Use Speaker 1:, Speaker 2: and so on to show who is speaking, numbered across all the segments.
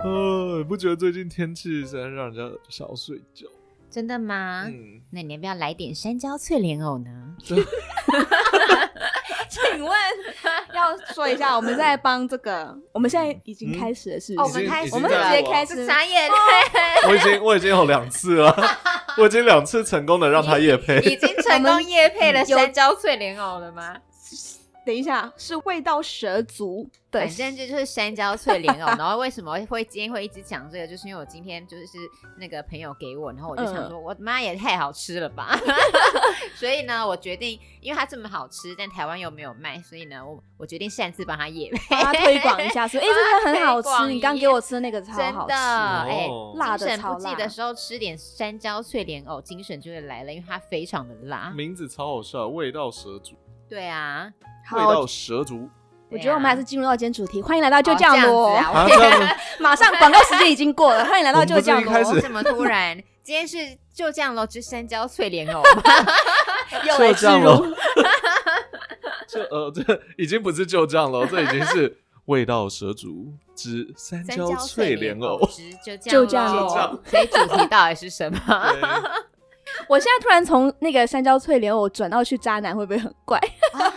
Speaker 1: 呃觉得最近天气实在让人家想要睡觉。
Speaker 2: 真的吗？
Speaker 1: 嗯，
Speaker 2: 那你要不要来点山椒脆莲藕呢？
Speaker 3: 请问要说一下，我们在帮这个，我们现在已
Speaker 1: 嗯
Speaker 3: 经开始了，是不
Speaker 2: 哦
Speaker 3: 是？
Speaker 2: 我们开始
Speaker 3: 我们直接开
Speaker 2: 是
Speaker 3: 始哦
Speaker 2: 傻眼，
Speaker 1: 我已经我已经有两次了， 我已经两次成功的让他夜
Speaker 2: 已
Speaker 1: 配。
Speaker 2: 经成功夜配了
Speaker 3: 有
Speaker 2: 山椒脆莲藕了 吗？
Speaker 3: 等一下，是味道蛇足的
Speaker 2: 反正这就是山椒脆莲藕。然后为什么会今天会一直讲这个，就是因为我今天就是那个朋友给我，然后我就
Speaker 3: 嗯
Speaker 2: 想说，我的妈也太好吃了 吧！所以呢，我决定，因为它这么好吃，但台湾又没有卖，所以呢，我我决定擅自帮它夜配，
Speaker 3: 帮它推广一 下，说哎，这个很好
Speaker 2: 推广
Speaker 3: 吃，
Speaker 2: 一下
Speaker 3: 你刚给我吃的那个超
Speaker 2: 真
Speaker 3: 好
Speaker 2: 的，
Speaker 3: 吃，
Speaker 2: 哎、
Speaker 1: 哦
Speaker 3: 辣
Speaker 2: 精
Speaker 3: 的
Speaker 2: 神
Speaker 3: 超
Speaker 2: 不济
Speaker 3: 辣
Speaker 2: 的时候吃点山椒脆莲藕，精神就会来了，因为它非常的辣。
Speaker 1: 名字超好笑，味道蛇足，
Speaker 2: 对啊，
Speaker 1: 味
Speaker 3: 好
Speaker 1: 道。蛇足。
Speaker 3: 我觉得我们还是进入到今天主题，欢迎来 到就
Speaker 2: 哦
Speaker 3: 这样
Speaker 2: 子
Speaker 3: 罗，
Speaker 2: 啊，
Speaker 1: 啊，
Speaker 2: 我
Speaker 1: 这样子
Speaker 3: 马上广告时间已经过了，欢迎来到就这样
Speaker 1: 我们不是一开
Speaker 3: 罗
Speaker 1: 始。
Speaker 2: 怎么突然？今天是就这样咯，吃山椒脆莲藕吗？
Speaker 3: 又
Speaker 1: 就
Speaker 3: 来
Speaker 1: 这样
Speaker 3: 植
Speaker 1: 喽
Speaker 3: 入，
Speaker 1: 这呃，这已经不是就这样了，这已经是味道蛇足之山
Speaker 2: 山
Speaker 1: 椒
Speaker 2: 脆
Speaker 1: 脆莲
Speaker 2: 藕
Speaker 1: 藕。
Speaker 2: 汁就这样
Speaker 3: 就这样
Speaker 2: 咯
Speaker 3: 咯
Speaker 2: 所以主题到底是什么？
Speaker 1: 对
Speaker 3: 我现在突然从那个山椒脆莲藕转到去渣男，会不会很怪？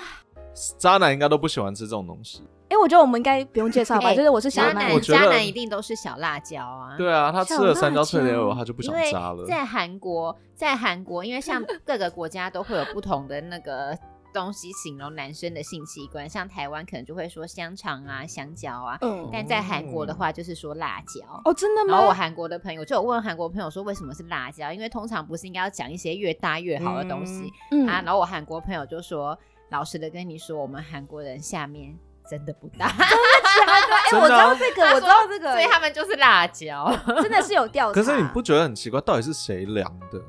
Speaker 1: 渣男应该都不喜欢吃这种东西。
Speaker 3: 哎，我觉得我们应该不用介绍吧，
Speaker 2: 哎
Speaker 3: 就是我是小
Speaker 2: 渣
Speaker 3: 男
Speaker 2: 男，，
Speaker 1: 觉得
Speaker 2: 渣男一定都是小辣椒啊。
Speaker 1: 对啊，他吃了山椒脆莲
Speaker 3: 小辣
Speaker 1: 藕，
Speaker 3: 椒
Speaker 1: 他就不
Speaker 2: 因
Speaker 1: 想
Speaker 2: 为
Speaker 1: 渣了。
Speaker 2: 在韩国，在韩国，因为像各个国家都会有不同的那个东西形容男生的性器官，像台湾可能就会说香肠啊、香蕉啊，
Speaker 3: 嗯，
Speaker 2: 但在韩
Speaker 1: 哦
Speaker 2: 国的话就是说辣椒。
Speaker 3: 哦，真的
Speaker 2: 然后我
Speaker 3: 吗？
Speaker 2: 韩国的朋友就有问韩国朋友说为什么是辣椒，因为通常不是应该要讲一些越大越好的东西、
Speaker 3: 嗯
Speaker 2: 啊。然后我韩国朋友就说，老实的跟你说，我们韩国人下面真的不大，
Speaker 3: 哎，我知道这个，我知道这个，
Speaker 2: 所以他们就是辣椒。
Speaker 3: 真的是有调查。
Speaker 1: 可是你不觉得很奇怪？到底是谁量的？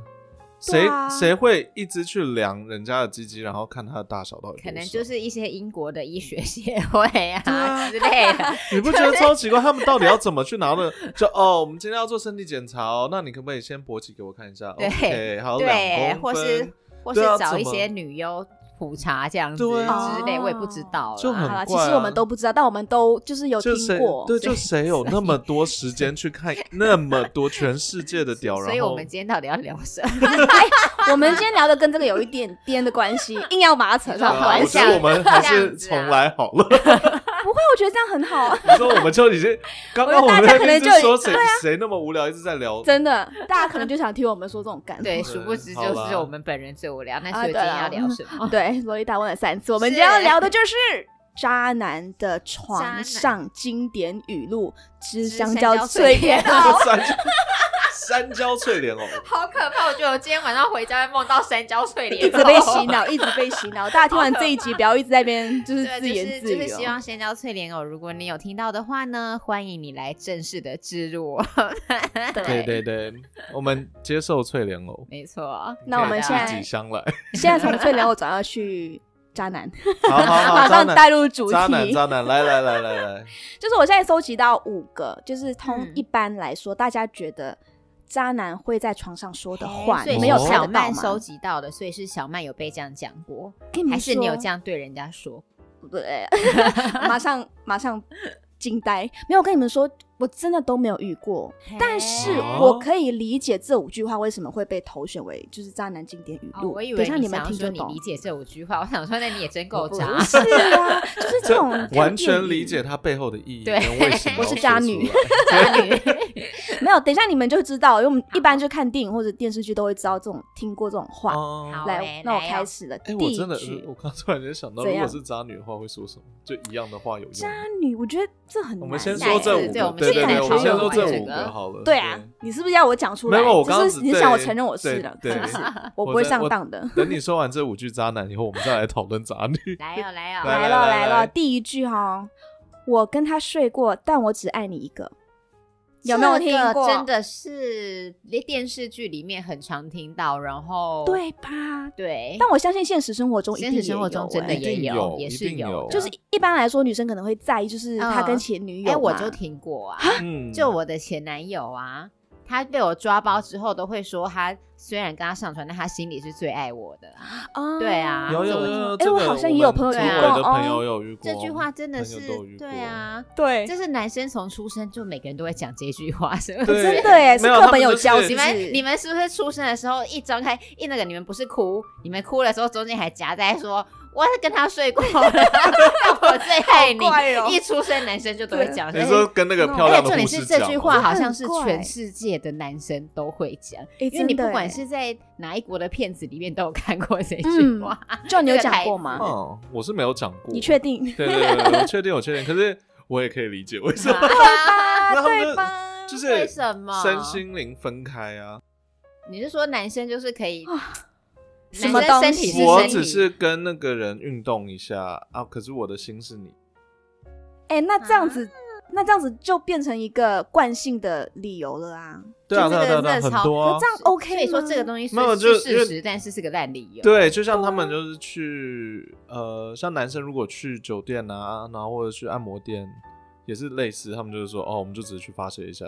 Speaker 1: 谁
Speaker 3: 啊
Speaker 1: 谁会一直去量人家的鸡鸡，然后看它的大小到底？
Speaker 2: 可能就是一些英国的医学
Speaker 1: 嗯
Speaker 2: 协会啊之
Speaker 1: 对
Speaker 2: 类的，
Speaker 1: 你不觉得超奇怪？他们到底要怎么去拿的？就哦，我们今天要做身体检查哦，那你可不可以先勃起给我看一下
Speaker 2: 对
Speaker 1: ？OK，好，
Speaker 2: 对，
Speaker 1: 两
Speaker 2: 或
Speaker 1: 公
Speaker 2: 是
Speaker 1: 分，
Speaker 2: 或是
Speaker 1: 对啊
Speaker 2: 找
Speaker 1: 怎
Speaker 2: 一
Speaker 1: 么
Speaker 2: 些女优普查这样子
Speaker 1: 对
Speaker 3: 啊
Speaker 2: 之类，我也不知道啦，
Speaker 1: 就很
Speaker 3: 好啦，其
Speaker 1: 怪
Speaker 3: 实
Speaker 1: 啊
Speaker 3: 我们都不知道，但我们都就是有
Speaker 1: 就
Speaker 3: 听
Speaker 1: 谁
Speaker 3: 过。
Speaker 1: 对，就谁有那么多时间去 看那么多全世界的屌？然后
Speaker 2: 所以我们今天到底要聊什么？
Speaker 3: 我们今天聊的跟这个有一点点的关 系，硬要把它扯
Speaker 1: 对
Speaker 3: 上
Speaker 1: 啊
Speaker 3: 关
Speaker 1: 我
Speaker 3: 系。
Speaker 1: 觉得我们还
Speaker 2: 这
Speaker 1: 是
Speaker 2: 样子啊
Speaker 1: 重来好了。
Speaker 3: 不会，我觉得这样很好啊，
Speaker 1: 你说我们就已经刚刚
Speaker 3: 我
Speaker 1: 我
Speaker 3: 觉
Speaker 1: 们在
Speaker 3: 得大家
Speaker 1: 那边
Speaker 3: 可能就
Speaker 1: 说
Speaker 2: 啊
Speaker 1: 谁谁那么无聊，一直在聊
Speaker 3: 真的。大家可能就想听我们说这种感
Speaker 2: 对，
Speaker 3: 受。
Speaker 2: 殊不知就
Speaker 1: 好
Speaker 2: 是
Speaker 1: 啦
Speaker 2: 我们本人最无聊。那
Speaker 3: 啊
Speaker 2: 所以今
Speaker 3: 对
Speaker 2: 天
Speaker 3: 啦
Speaker 2: 要聊什么？
Speaker 3: 对，罗丽达问了三次，我们
Speaker 2: 是
Speaker 3: 今天要聊的就是渣男的
Speaker 2: 渣男
Speaker 3: 床上经典语录之
Speaker 2: 吃
Speaker 3: 香
Speaker 2: 香
Speaker 3: 蕉
Speaker 2: 蕉
Speaker 3: 脆
Speaker 2: 脆
Speaker 3: 片
Speaker 2: 片。好
Speaker 1: 山椒 山椒脆莲藕。
Speaker 2: 好可怕！我觉得我今天晚上回家会梦到山椒脆莲
Speaker 3: 一直 被洗脑，一直被洗脑。大家听完这一集，不要一直在那边就是
Speaker 2: 对，
Speaker 3: 自言
Speaker 2: 就
Speaker 3: 自
Speaker 2: 是就
Speaker 3: 语
Speaker 2: 是希
Speaker 3: 哦。
Speaker 2: 望山椒脆莲藕，如果你有听到的话呢，欢迎你来正式的置入 我。
Speaker 1: 对对对，我们接受脆莲藕。
Speaker 2: 没错，
Speaker 3: 那我们
Speaker 2: 对
Speaker 3: 现
Speaker 2: 啊
Speaker 3: 在
Speaker 1: 寄几箱来，
Speaker 3: 现在从最聊我转到去渣男，
Speaker 1: 好好好，
Speaker 3: 马
Speaker 1: 渣
Speaker 3: 上
Speaker 1: 男
Speaker 3: 带入主
Speaker 1: 渣男
Speaker 3: 题。
Speaker 1: 渣男，来来来来来，
Speaker 3: 就是我现在搜集到五个，就是通
Speaker 2: 嗯
Speaker 3: 一般来说，大家觉得渣男会在床上说的话，
Speaker 2: 哎所以
Speaker 3: 你们有
Speaker 2: 是
Speaker 3: 看
Speaker 2: 小
Speaker 3: 得到
Speaker 2: 曼
Speaker 3: 吗？
Speaker 2: 收集哦到的，所以是小曼有被这样讲过，
Speaker 3: 跟你们
Speaker 2: 还是你有
Speaker 3: 说
Speaker 2: 这样对人家说？
Speaker 3: 对， 马上马上惊呆。没有，我跟你们说，我真的都没有遇过，但是
Speaker 2: 哎
Speaker 1: 哦
Speaker 3: 我可以理解这五句话为什么会被投选为就是渣男经典语
Speaker 2: 哦，
Speaker 3: 录。
Speaker 2: 我以
Speaker 3: 等
Speaker 2: 为
Speaker 3: 一下
Speaker 2: 你
Speaker 3: 们
Speaker 2: 想要
Speaker 3: 听
Speaker 2: 说
Speaker 3: 就
Speaker 2: 你
Speaker 3: 懂
Speaker 2: 理。解这五句话，我想说那你也真够渣。
Speaker 3: 不是啊，就是这种看
Speaker 1: 完
Speaker 3: 电
Speaker 1: 全
Speaker 3: 影
Speaker 1: 理解他背后的意义。
Speaker 2: 对
Speaker 1: 跟为什么要
Speaker 3: 我是渣
Speaker 1: 说出
Speaker 3: 女
Speaker 1: 来，
Speaker 2: 渣女，
Speaker 3: 没有，等一下你们就知道，因为我们一般就看电影或者电视剧都会知道这种听过这种话。
Speaker 1: 哦
Speaker 2: 好
Speaker 3: 来
Speaker 2: 嘞，
Speaker 3: 那我
Speaker 2: 来哦
Speaker 3: 开始了。
Speaker 1: 哎，
Speaker 3: 第
Speaker 1: 我
Speaker 3: 一
Speaker 1: 真的，
Speaker 3: 句
Speaker 1: 我刚突然间想到，
Speaker 3: 怎
Speaker 1: 如
Speaker 3: 样
Speaker 1: 果是渣女的话，会说什么？就一样的话有用
Speaker 3: 渣
Speaker 1: 吗。
Speaker 3: 女，我觉得这很难。
Speaker 1: 我们先
Speaker 2: 下一
Speaker 1: 说这
Speaker 2: 次
Speaker 1: 五
Speaker 2: 对我
Speaker 1: 个，对啊对
Speaker 2: 们
Speaker 3: 现在
Speaker 1: 对，我们
Speaker 3: 讨
Speaker 1: 先
Speaker 3: 论
Speaker 1: 说
Speaker 3: 完
Speaker 1: 这
Speaker 3: 这
Speaker 1: 五
Speaker 2: 个
Speaker 1: 个好了。
Speaker 3: 对啊，你是不是要我讲出
Speaker 1: 没
Speaker 3: 来？
Speaker 1: 有，我刚
Speaker 3: 只
Speaker 1: 刚
Speaker 3: 是你想我承认我
Speaker 1: 对
Speaker 3: 是了，
Speaker 1: 对
Speaker 3: 可是
Speaker 1: 对
Speaker 3: 我不会上当的。
Speaker 1: 等你说完这五句渣男以后，我们再来讨论渣女。
Speaker 2: 来哦，来
Speaker 1: 来
Speaker 2: 哦，
Speaker 3: 来了来
Speaker 1: 来
Speaker 3: 了，
Speaker 1: 来
Speaker 3: 第一句哈，我跟他睡过，但我只爱你一个。有没有听
Speaker 2: 这
Speaker 3: 过？
Speaker 2: 个真的是连电视剧里面很常听到，然
Speaker 1: 哦
Speaker 2: 后
Speaker 3: 对吧？
Speaker 2: 对，
Speaker 3: 但我相信现实生活中一定
Speaker 2: 现实生活中
Speaker 3: 也有
Speaker 2: 真的
Speaker 3: 欸
Speaker 1: 一
Speaker 2: 也
Speaker 1: 定
Speaker 2: 有，
Speaker 1: 有
Speaker 2: 也
Speaker 1: 一
Speaker 2: 是
Speaker 1: 定有啊
Speaker 3: 就是一般来说，女生可能会在意，就是她
Speaker 2: 嗯
Speaker 3: 跟前女友
Speaker 2: 哎，
Speaker 3: 嘛。
Speaker 2: 我就听过啊，
Speaker 1: 嗯
Speaker 2: 就我的前男友啊，他被我抓包之后，都会说他虽然跟他上床，但他心里是最爱我的。
Speaker 3: 哦
Speaker 2: 对啊
Speaker 1: 有
Speaker 2: 这
Speaker 1: 有
Speaker 2: 我
Speaker 1: 有
Speaker 2: 就
Speaker 1: 有，
Speaker 3: 哎，我好像也有朋友
Speaker 1: 周
Speaker 3: 遇
Speaker 1: 围
Speaker 2: 对
Speaker 3: 过
Speaker 1: 的朋
Speaker 3: 哦，
Speaker 1: 友有遇过
Speaker 2: 这句话真的是
Speaker 1: 朋友都遇过
Speaker 2: 对，啊，
Speaker 3: 对，
Speaker 2: 这是男生从出生就每个人都会讲这句话，是 吗？
Speaker 1: 对
Speaker 3: 真的耶，是
Speaker 1: 没有
Speaker 3: 课本有
Speaker 1: 他
Speaker 3: 教，
Speaker 1: 们就
Speaker 2: 你
Speaker 3: 是不是？
Speaker 2: 们你们是不是出生的时候一张开一那个你们不是哭，你们哭的时候中间还夹带说我是跟他睡过了， 我最爱你。
Speaker 3: 好怪哦
Speaker 2: 一出生男生就都会讲，
Speaker 1: 你说跟那
Speaker 3: 嗯
Speaker 1: 个漂
Speaker 2: 而
Speaker 3: 哎
Speaker 1: 亮的
Speaker 2: 且重
Speaker 1: 护
Speaker 2: 点
Speaker 1: 士
Speaker 2: 是
Speaker 1: 讲
Speaker 2: 这
Speaker 1: 吗，
Speaker 2: 句 话好像是
Speaker 3: 很怪
Speaker 2: 全世界的男生都会讲，
Speaker 3: 哎
Speaker 2: 因为你
Speaker 3: 真的
Speaker 2: 不管
Speaker 3: 耶
Speaker 2: 是在哪一国的片子里面都有看过这句
Speaker 3: 嗯
Speaker 2: 话。
Speaker 3: 就你有
Speaker 2: 这个
Speaker 3: 讲
Speaker 2: 台
Speaker 3: 过
Speaker 2: 词
Speaker 3: 吗？
Speaker 1: 哦，我是没有讲
Speaker 2: 嗯
Speaker 1: 过，
Speaker 3: 你确定？
Speaker 1: 对对对，我确定，我确定。可是我也可以理解为 什么，
Speaker 3: 吧
Speaker 1: 那他们
Speaker 3: 啊对吧？
Speaker 1: 就是
Speaker 2: 啊为什么
Speaker 1: 身心灵分开啊？
Speaker 2: 你是说男生就是可 以？
Speaker 3: 什
Speaker 2: 男
Speaker 3: 么
Speaker 2: 生身
Speaker 3: 东
Speaker 2: 体
Speaker 3: 西
Speaker 2: 是
Speaker 1: 我
Speaker 2: 身
Speaker 1: 只
Speaker 2: 体，
Speaker 1: 是跟那个人运动一下啊，可是我的心是你。
Speaker 3: 哎、那这样
Speaker 2: 啊
Speaker 3: 子，那这样子就变成一个惯性的理由了啊。
Speaker 1: 对啊，
Speaker 2: 就
Speaker 1: 对
Speaker 2: 这
Speaker 1: 啊，
Speaker 2: 个
Speaker 1: 对啊对啊，
Speaker 2: 热
Speaker 1: 很
Speaker 2: 潮
Speaker 1: 多啊
Speaker 3: 可这。样
Speaker 2: 所
Speaker 3: OK
Speaker 2: 以
Speaker 3: 吗？
Speaker 2: 说这个东西是
Speaker 1: 没有就是因为
Speaker 2: 事实，但是是个烂理由。
Speaker 1: 对，就像他们就是去呃，像男生如果去酒店啊，然后或者去按摩店，也是类似，他们就是说哦，我们就只是去发泄一下，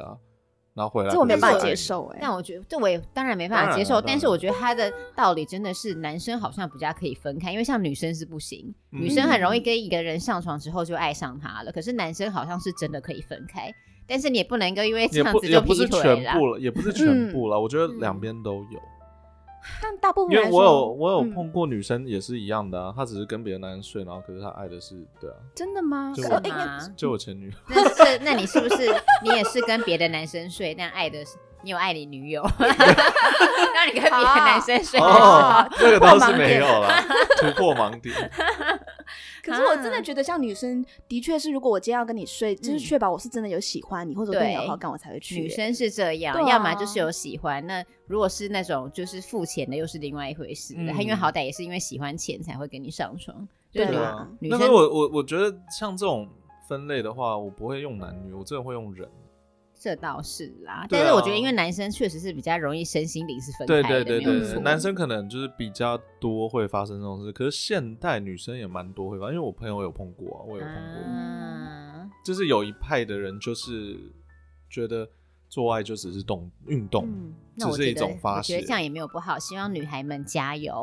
Speaker 1: 然后回来。
Speaker 3: 这我没有办法
Speaker 2: 可是
Speaker 3: 接。受哎、
Speaker 2: 但我觉得这我也当然没办
Speaker 1: 当
Speaker 2: 法
Speaker 1: 然
Speaker 2: 接
Speaker 1: 了
Speaker 2: 受，
Speaker 1: 当
Speaker 2: 但是
Speaker 1: 然
Speaker 2: 我觉得他的道理真的是男生好像比较可以分开，因为像女生是不行，
Speaker 1: 嗯
Speaker 2: 女生很容易跟一个人上床之后就爱上他了，可是男生好像是真的可以分开，但是你也不能够因为这
Speaker 1: 也
Speaker 2: 样
Speaker 1: 不
Speaker 2: 子就
Speaker 1: 也不是
Speaker 2: 劈腿嗯
Speaker 1: 全
Speaker 2: 啦。
Speaker 1: 部了，也不是全部了。我觉得两边都有，
Speaker 3: 但大部分
Speaker 1: 因为
Speaker 3: 来
Speaker 1: 我
Speaker 3: 说
Speaker 1: 有我有
Speaker 3: 嗯
Speaker 1: 碰过女生也是一样的啊，她只是跟别的男人睡，然后可是她爱的是对啊，
Speaker 3: 真的吗？
Speaker 1: 就
Speaker 3: 可
Speaker 1: 我
Speaker 3: 哎那
Speaker 2: 吗？
Speaker 1: 就我前女友。
Speaker 2: 那是那你是不是你也是跟别的男生睡，但爱的是你有爱你女友， 让你跟别的男生睡？啊
Speaker 1: 哦，这个倒是没有
Speaker 3: 破
Speaker 1: 啦，突破盲点。
Speaker 3: 可是我真
Speaker 2: 啊
Speaker 3: 的觉得，像女生的确是，如果我今天要跟你睡，就是确保我是真的有喜欢你，或者我对你有好感，我才会去、
Speaker 2: 嗯女生是这样，
Speaker 3: 对啊
Speaker 2: 要么就是有喜欢，那如果是那种就是付钱的，又是另外一回事。
Speaker 1: 嗯
Speaker 2: 她因为好歹也是因为喜欢钱才会跟你上床，就
Speaker 3: 对
Speaker 2: 是
Speaker 1: 对
Speaker 2: 女
Speaker 1: 啊
Speaker 3: 啦，
Speaker 2: 女
Speaker 1: 那
Speaker 2: 生
Speaker 1: 可是我我我觉得像这种分类的话，我不会用男女，我真的会用人。
Speaker 2: 这倒是啦。
Speaker 1: 对啊
Speaker 2: 但是我觉得，因为男生确实是比较容易身心灵是分
Speaker 1: 对
Speaker 2: 开的，
Speaker 1: 对对
Speaker 2: 没有
Speaker 1: 对，
Speaker 2: 错。
Speaker 1: 男生可能就是比较多会发生这种事，可是现代女生也蛮多会发生，因为我朋友有碰过啊，我有碰过，
Speaker 2: 啊
Speaker 1: 就是有一派的人就是觉得做爱就只是动运动，
Speaker 2: 嗯，那我
Speaker 1: 只是
Speaker 2: 觉
Speaker 1: 一
Speaker 2: 得
Speaker 1: 种发
Speaker 2: 我觉得
Speaker 1: 泄
Speaker 2: 这样也没有不好。希望女孩们 加油，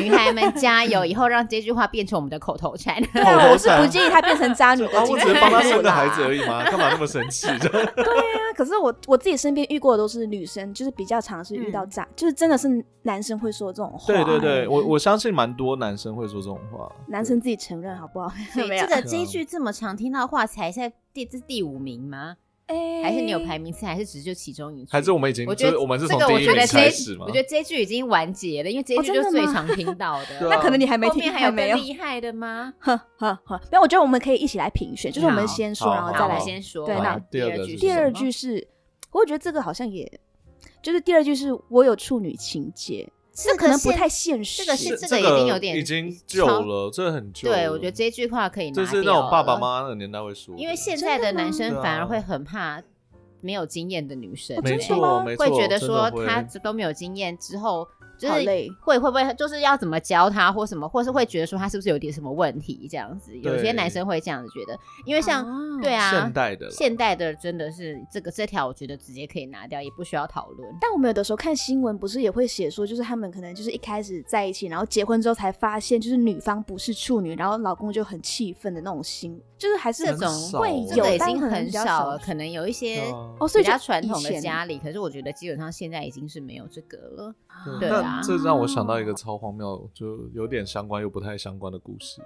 Speaker 2: 女孩们加油！以后让这句话变成我们的口头禅。
Speaker 3: 对啊，
Speaker 1: 口头
Speaker 3: 我是
Speaker 1: 禅
Speaker 3: 不建议她变成渣女
Speaker 1: 啊，
Speaker 3: 的
Speaker 1: 我
Speaker 3: 金
Speaker 1: 只
Speaker 3: 主
Speaker 1: 是帮他生
Speaker 3: 母
Speaker 1: 个
Speaker 3: 啦
Speaker 1: 孩子而已嘛，干嘛那么生气？
Speaker 3: 啊可是我我自己身边遇过的都是女生，就是比较常是遇
Speaker 2: 嗯
Speaker 3: 到渣，就是真的是男生会说这种话。
Speaker 1: 对对对，我我相信蛮多男生会说这种话，
Speaker 3: 男生自己承认好不好？
Speaker 2: 所以
Speaker 3: 没有
Speaker 2: 这个
Speaker 1: 对啊
Speaker 2: 这一句这么常听到的话，才在第这是第五名吗？
Speaker 3: 哎
Speaker 2: 还是你有排名次，还是只就其中一句？
Speaker 1: 还是我们已经
Speaker 2: 我觉
Speaker 1: 就
Speaker 2: 得
Speaker 1: 我们是
Speaker 2: 这
Speaker 1: 从
Speaker 2: 个，
Speaker 1: 第
Speaker 2: 我
Speaker 1: 一
Speaker 2: 觉
Speaker 1: 名
Speaker 2: 得
Speaker 1: 开
Speaker 2: 这
Speaker 1: 始吗
Speaker 2: 我？觉得这一句已经完结了，因为这一
Speaker 3: 哦
Speaker 2: 句
Speaker 3: 真
Speaker 2: 就
Speaker 3: 的
Speaker 2: 是最
Speaker 3: 吗
Speaker 2: 常听到的。
Speaker 1: 对啊
Speaker 3: 那可能你还没
Speaker 2: 后
Speaker 3: 听，
Speaker 2: 面还有
Speaker 3: 没
Speaker 2: 更
Speaker 3: 有。
Speaker 2: 厉害的吗？
Speaker 3: 哼哼哼，没有，我觉得我们可以一起来评选，就是我
Speaker 2: 好
Speaker 3: 们先说，然
Speaker 1: 好
Speaker 3: 后
Speaker 2: 那
Speaker 3: 再
Speaker 2: 我
Speaker 3: 来。
Speaker 1: 好
Speaker 2: 先说。
Speaker 3: 对
Speaker 2: 好
Speaker 3: 那
Speaker 1: 第二个
Speaker 2: 句
Speaker 1: 是
Speaker 2: 是
Speaker 1: 什
Speaker 3: 第
Speaker 1: 么
Speaker 3: 二句是，我觉得这个好像也，就是第二句是我有处女情节，
Speaker 2: 这
Speaker 3: 可能不
Speaker 2: 现
Speaker 3: 太现实。
Speaker 2: 这个是
Speaker 1: 这
Speaker 2: 这个已经有点
Speaker 1: 已经旧了，这个很旧了。
Speaker 2: 对，我觉得这句话可以拿
Speaker 1: 这
Speaker 2: 掉。
Speaker 1: 是那种爸爸，妈妈那个年代会说的，
Speaker 2: 因为现在的男
Speaker 1: 真的
Speaker 2: 生
Speaker 1: 吗
Speaker 2: 反而会很怕没有经验的女生，
Speaker 3: 哦
Speaker 1: 啊没
Speaker 2: 对
Speaker 3: 真的
Speaker 1: 错
Speaker 3: 吗
Speaker 1: 没错，
Speaker 2: 会觉得说
Speaker 1: 真的会
Speaker 2: 他都没有经验之后。就
Speaker 3: 好
Speaker 2: 是
Speaker 3: 累
Speaker 2: 会会不会就是要怎么教他或什么，或是会觉得说他是不是有点什么问题这样子？有些
Speaker 1: 对
Speaker 2: 男生会这样子觉得，因为像、
Speaker 3: 哦
Speaker 2: 对啊，
Speaker 1: 现代的啦
Speaker 2: 现代的真的是这个这条，我觉得直接可以拿掉，也不需要讨论。
Speaker 3: 但我们有的时候看新闻，不是也会写说，就是他们可能就是一开始在一起，然后结婚之后才发现，就是女方不是处女，然后老公就很气愤的那种心，就是还是
Speaker 2: 这种
Speaker 1: 很少
Speaker 3: 会
Speaker 1: 哦
Speaker 2: 这
Speaker 3: 有
Speaker 2: 个已
Speaker 3: 但
Speaker 2: 经
Speaker 3: 可能
Speaker 2: 很
Speaker 3: 比较
Speaker 2: 少了，
Speaker 3: 少
Speaker 2: 可能有一些
Speaker 1: 对啊
Speaker 3: 哦，所
Speaker 2: 比
Speaker 3: 以就
Speaker 2: 较传统
Speaker 3: 以
Speaker 2: 的
Speaker 3: 前
Speaker 2: 家里，可是我觉得基本上现在已经是没有这个了。对啊
Speaker 1: 但这让我想到一个超荒谬，就有点相关又不太相关的故事，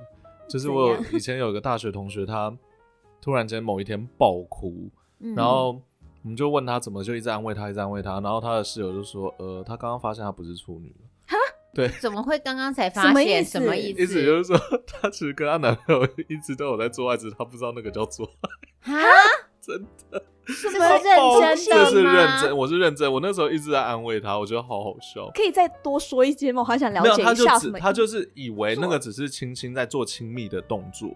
Speaker 1: 就是我有
Speaker 3: 怎
Speaker 1: 以前有一个大学同学，他突然间某一天爆哭，
Speaker 2: 嗯
Speaker 1: 然后我们就问他怎么，就一直安慰他，一直安慰他，然后他的室友就说，呃，他刚刚发现他不是处女了。
Speaker 2: 怎么会刚刚才
Speaker 3: 什
Speaker 2: 发
Speaker 3: 么
Speaker 2: 现？
Speaker 3: 意思
Speaker 2: 什么意
Speaker 1: 意思就是说，她其实跟她男朋友一直都有在做爱，只是她不知道那个叫做爱。
Speaker 2: 啊，
Speaker 1: 真的，
Speaker 2: 这是
Speaker 3: 么
Speaker 2: 认真的
Speaker 1: 这
Speaker 2: 吗？
Speaker 1: 是认真，我是认真。我那时候一直在安慰她，我觉得好好笑。
Speaker 3: 可以再多说一些吗？我好想了
Speaker 1: 没有，
Speaker 3: 解
Speaker 1: 她
Speaker 3: 一
Speaker 1: 就
Speaker 3: 下什
Speaker 1: 只
Speaker 3: 么意思。
Speaker 1: 她就是以为那个只是轻轻在做亲密的动作，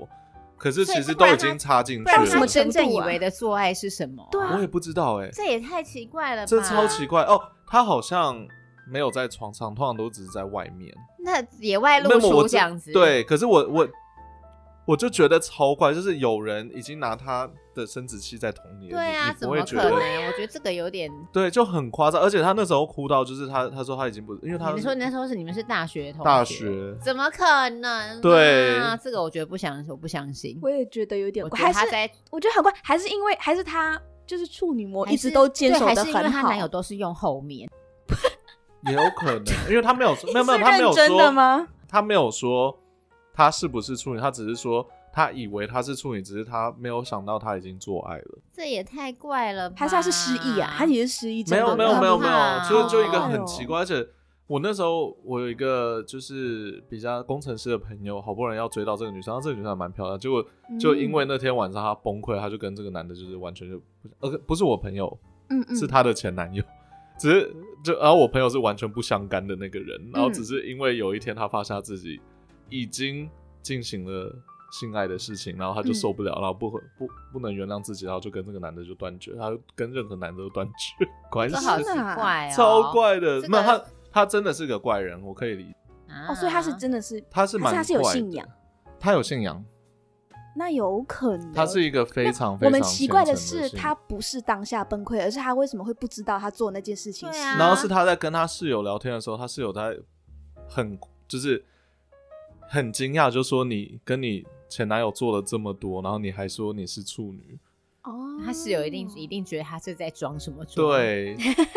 Speaker 1: 可是
Speaker 2: 所以
Speaker 1: 其实
Speaker 2: 不
Speaker 1: 都
Speaker 2: 然
Speaker 1: 已经
Speaker 2: 她
Speaker 1: 插进
Speaker 2: 不
Speaker 1: 去
Speaker 2: 然
Speaker 3: 什
Speaker 2: 他
Speaker 3: 么
Speaker 1: 了。
Speaker 2: 真正
Speaker 3: 程
Speaker 2: 以
Speaker 3: 度啊
Speaker 2: 为的做爱是什么？
Speaker 3: 对啊
Speaker 1: 我也不知道哎、
Speaker 2: 这也太奇怪了吧！
Speaker 1: 这超奇怪哦。她好像没有在床上，通常都只是在外面。
Speaker 2: 那野外
Speaker 1: 那
Speaker 2: 露
Speaker 1: 么我
Speaker 2: 出
Speaker 1: 知
Speaker 2: 这样子，，
Speaker 1: 对，可是我我我就觉得超怪，就是有人已经拿他的生殖器在捅你了，
Speaker 2: 对啊，
Speaker 1: 你
Speaker 2: 怎
Speaker 1: 不会
Speaker 2: 么
Speaker 1: 觉
Speaker 2: 可
Speaker 1: 得？
Speaker 2: 能？我觉得这个有点。
Speaker 1: 对，就很夸张，而且他那时候哭到，就是他他说他已经不，因为
Speaker 2: 你
Speaker 1: 他
Speaker 2: 们说那时候是你们是大学同学
Speaker 1: 大学，
Speaker 2: 怎么可能、啊？
Speaker 1: 对
Speaker 2: 这个我觉得不相信，我不相信。
Speaker 3: 我也觉得有点
Speaker 2: 我
Speaker 3: 怪，
Speaker 2: 觉得
Speaker 3: 还
Speaker 2: 他
Speaker 3: 是
Speaker 2: 在
Speaker 3: 我觉得很怪，还是因为还是他就是处女膜
Speaker 2: 还
Speaker 3: 一直
Speaker 2: 是
Speaker 3: 都坚
Speaker 2: 对
Speaker 3: 守
Speaker 2: 还
Speaker 3: 的
Speaker 2: 是因为
Speaker 3: 很
Speaker 2: 她
Speaker 3: 好。
Speaker 2: 男友都是用后面，
Speaker 1: 也有可能，因为他没有说没有没有
Speaker 3: 是
Speaker 1: 他没有
Speaker 3: 认真的
Speaker 1: 说
Speaker 3: 吗？
Speaker 1: 他没有说他是不是处女，他只是说他以为他是处女，只是他没有想到他已经做爱了。
Speaker 2: 这也太怪了吧？
Speaker 3: 还是他是失忆啊？他也是失忆症
Speaker 1: 没
Speaker 3: 吗？
Speaker 1: 有没有
Speaker 2: 好
Speaker 1: 没有
Speaker 2: 可
Speaker 1: 没
Speaker 2: 怕
Speaker 1: 有，就
Speaker 2: 哦
Speaker 1: 是就一个很奇怪，而且我那时候我有一个就是比较工程师的朋友，好不容易要追到这个女生，然后这个女生还蛮漂亮，结果
Speaker 3: 嗯
Speaker 1: 就因为那天晚上她崩溃，她就跟这个男的就是完全就不呃不是我朋友，
Speaker 3: 嗯 嗯，
Speaker 1: 是她的前男友。只是就，然后我朋友是完全不相干的那个人，
Speaker 3: 嗯
Speaker 1: 然后只是因为有一天她发现她自己已经进行了性爱的事情，然后
Speaker 3: 嗯
Speaker 1: 她就受不了，然后不不不能原谅自己，然后就跟这个男的就断绝，她就跟任何男的都断绝 关系
Speaker 2: 这，好奇
Speaker 3: 真的啊
Speaker 2: 怪哦，
Speaker 1: 超怪的
Speaker 2: 这。个
Speaker 1: 那他他真的是个怪人，我可以理解，
Speaker 2: 啊
Speaker 3: 哦，所以他是真的是
Speaker 1: 他是蛮
Speaker 3: 还是他是有
Speaker 1: 怪的
Speaker 3: 信仰，
Speaker 1: 他有信仰，
Speaker 3: 那有可能
Speaker 1: 他是一个非常非常
Speaker 3: 我们奇怪的
Speaker 1: 虔诚
Speaker 3: 是，
Speaker 1: 的
Speaker 3: 他不是当下崩溃，而是他为什么会不知道他做那件事情是？
Speaker 2: 对啊
Speaker 1: 然后是他在跟他室友聊天的时候，他室友在很就是很惊讶，就说你跟你前男友做了这么多，然后你还说你是处女，
Speaker 3: 哦，
Speaker 2: 啊他室友一定一定觉得他是在装什么装，，
Speaker 1: 对，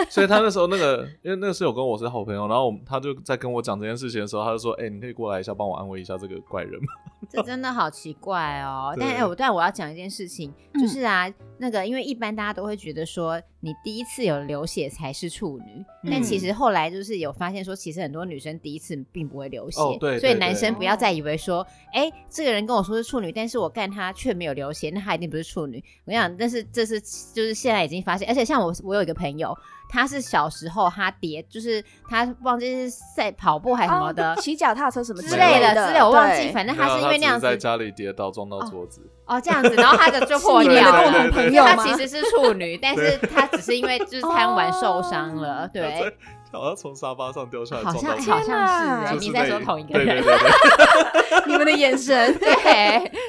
Speaker 1: 所以他那时候那个因为那个室友跟我是好朋友，然后我们他就在跟我讲这件事情的时候，他就说：“哎、你可以过来一下，帮我安慰一下这个怪人吗
Speaker 2: 这真的好奇怪哦。
Speaker 1: 对嗯
Speaker 2: 但哎，我但我要讲一件事情，就是啊，那个因为一般大家都会觉得说，你第一次有流血才是处女，
Speaker 1: 嗯
Speaker 2: 但其实后来就是有发现说，其实很多女生第一次并不会流血，
Speaker 1: 哦对
Speaker 2: 所以
Speaker 1: 对
Speaker 2: 男生
Speaker 3: 对
Speaker 2: 不要再以为说，哎，这个人跟我说是处女，但是我干他却没有流血，那他一定不是处女。我跟你讲，但是这是就是现在已经发现，而且像我我有一个朋友，他是小时候他跌，就是他忘记是赛跑步还是什么的。
Speaker 3: 哦骑脚踏车什么
Speaker 2: 之类
Speaker 3: 的
Speaker 2: 的之类，我忘记，
Speaker 3: 对
Speaker 2: 反？” 正
Speaker 1: 没
Speaker 2: 他
Speaker 1: 有啊
Speaker 2: 是因为那
Speaker 1: 只
Speaker 2: 样子
Speaker 1: 在家里跌倒撞到桌子，
Speaker 2: 哦，这样子，然后他 的就破
Speaker 3: 是
Speaker 2: 掉
Speaker 3: 你
Speaker 1: 啊
Speaker 3: 们的共
Speaker 2: 了
Speaker 3: 同。朋
Speaker 2: 因为
Speaker 3: 友
Speaker 2: 她
Speaker 3: 吗？
Speaker 2: 其实是处女，但是她只是因为就是贪玩受伤
Speaker 1: 哦
Speaker 2: 了，对，
Speaker 1: 他好像从沙发上掉下来
Speaker 2: 好
Speaker 1: 撞到
Speaker 2: 像
Speaker 1: 桌
Speaker 2: 好
Speaker 1: 子。
Speaker 2: 像是
Speaker 1: 就
Speaker 2: 哎，
Speaker 1: 是
Speaker 2: 你在说
Speaker 1: 那
Speaker 2: 同一个
Speaker 1: 对对
Speaker 2: 人，，
Speaker 1: 对对
Speaker 3: 你们的眼神
Speaker 2: 对，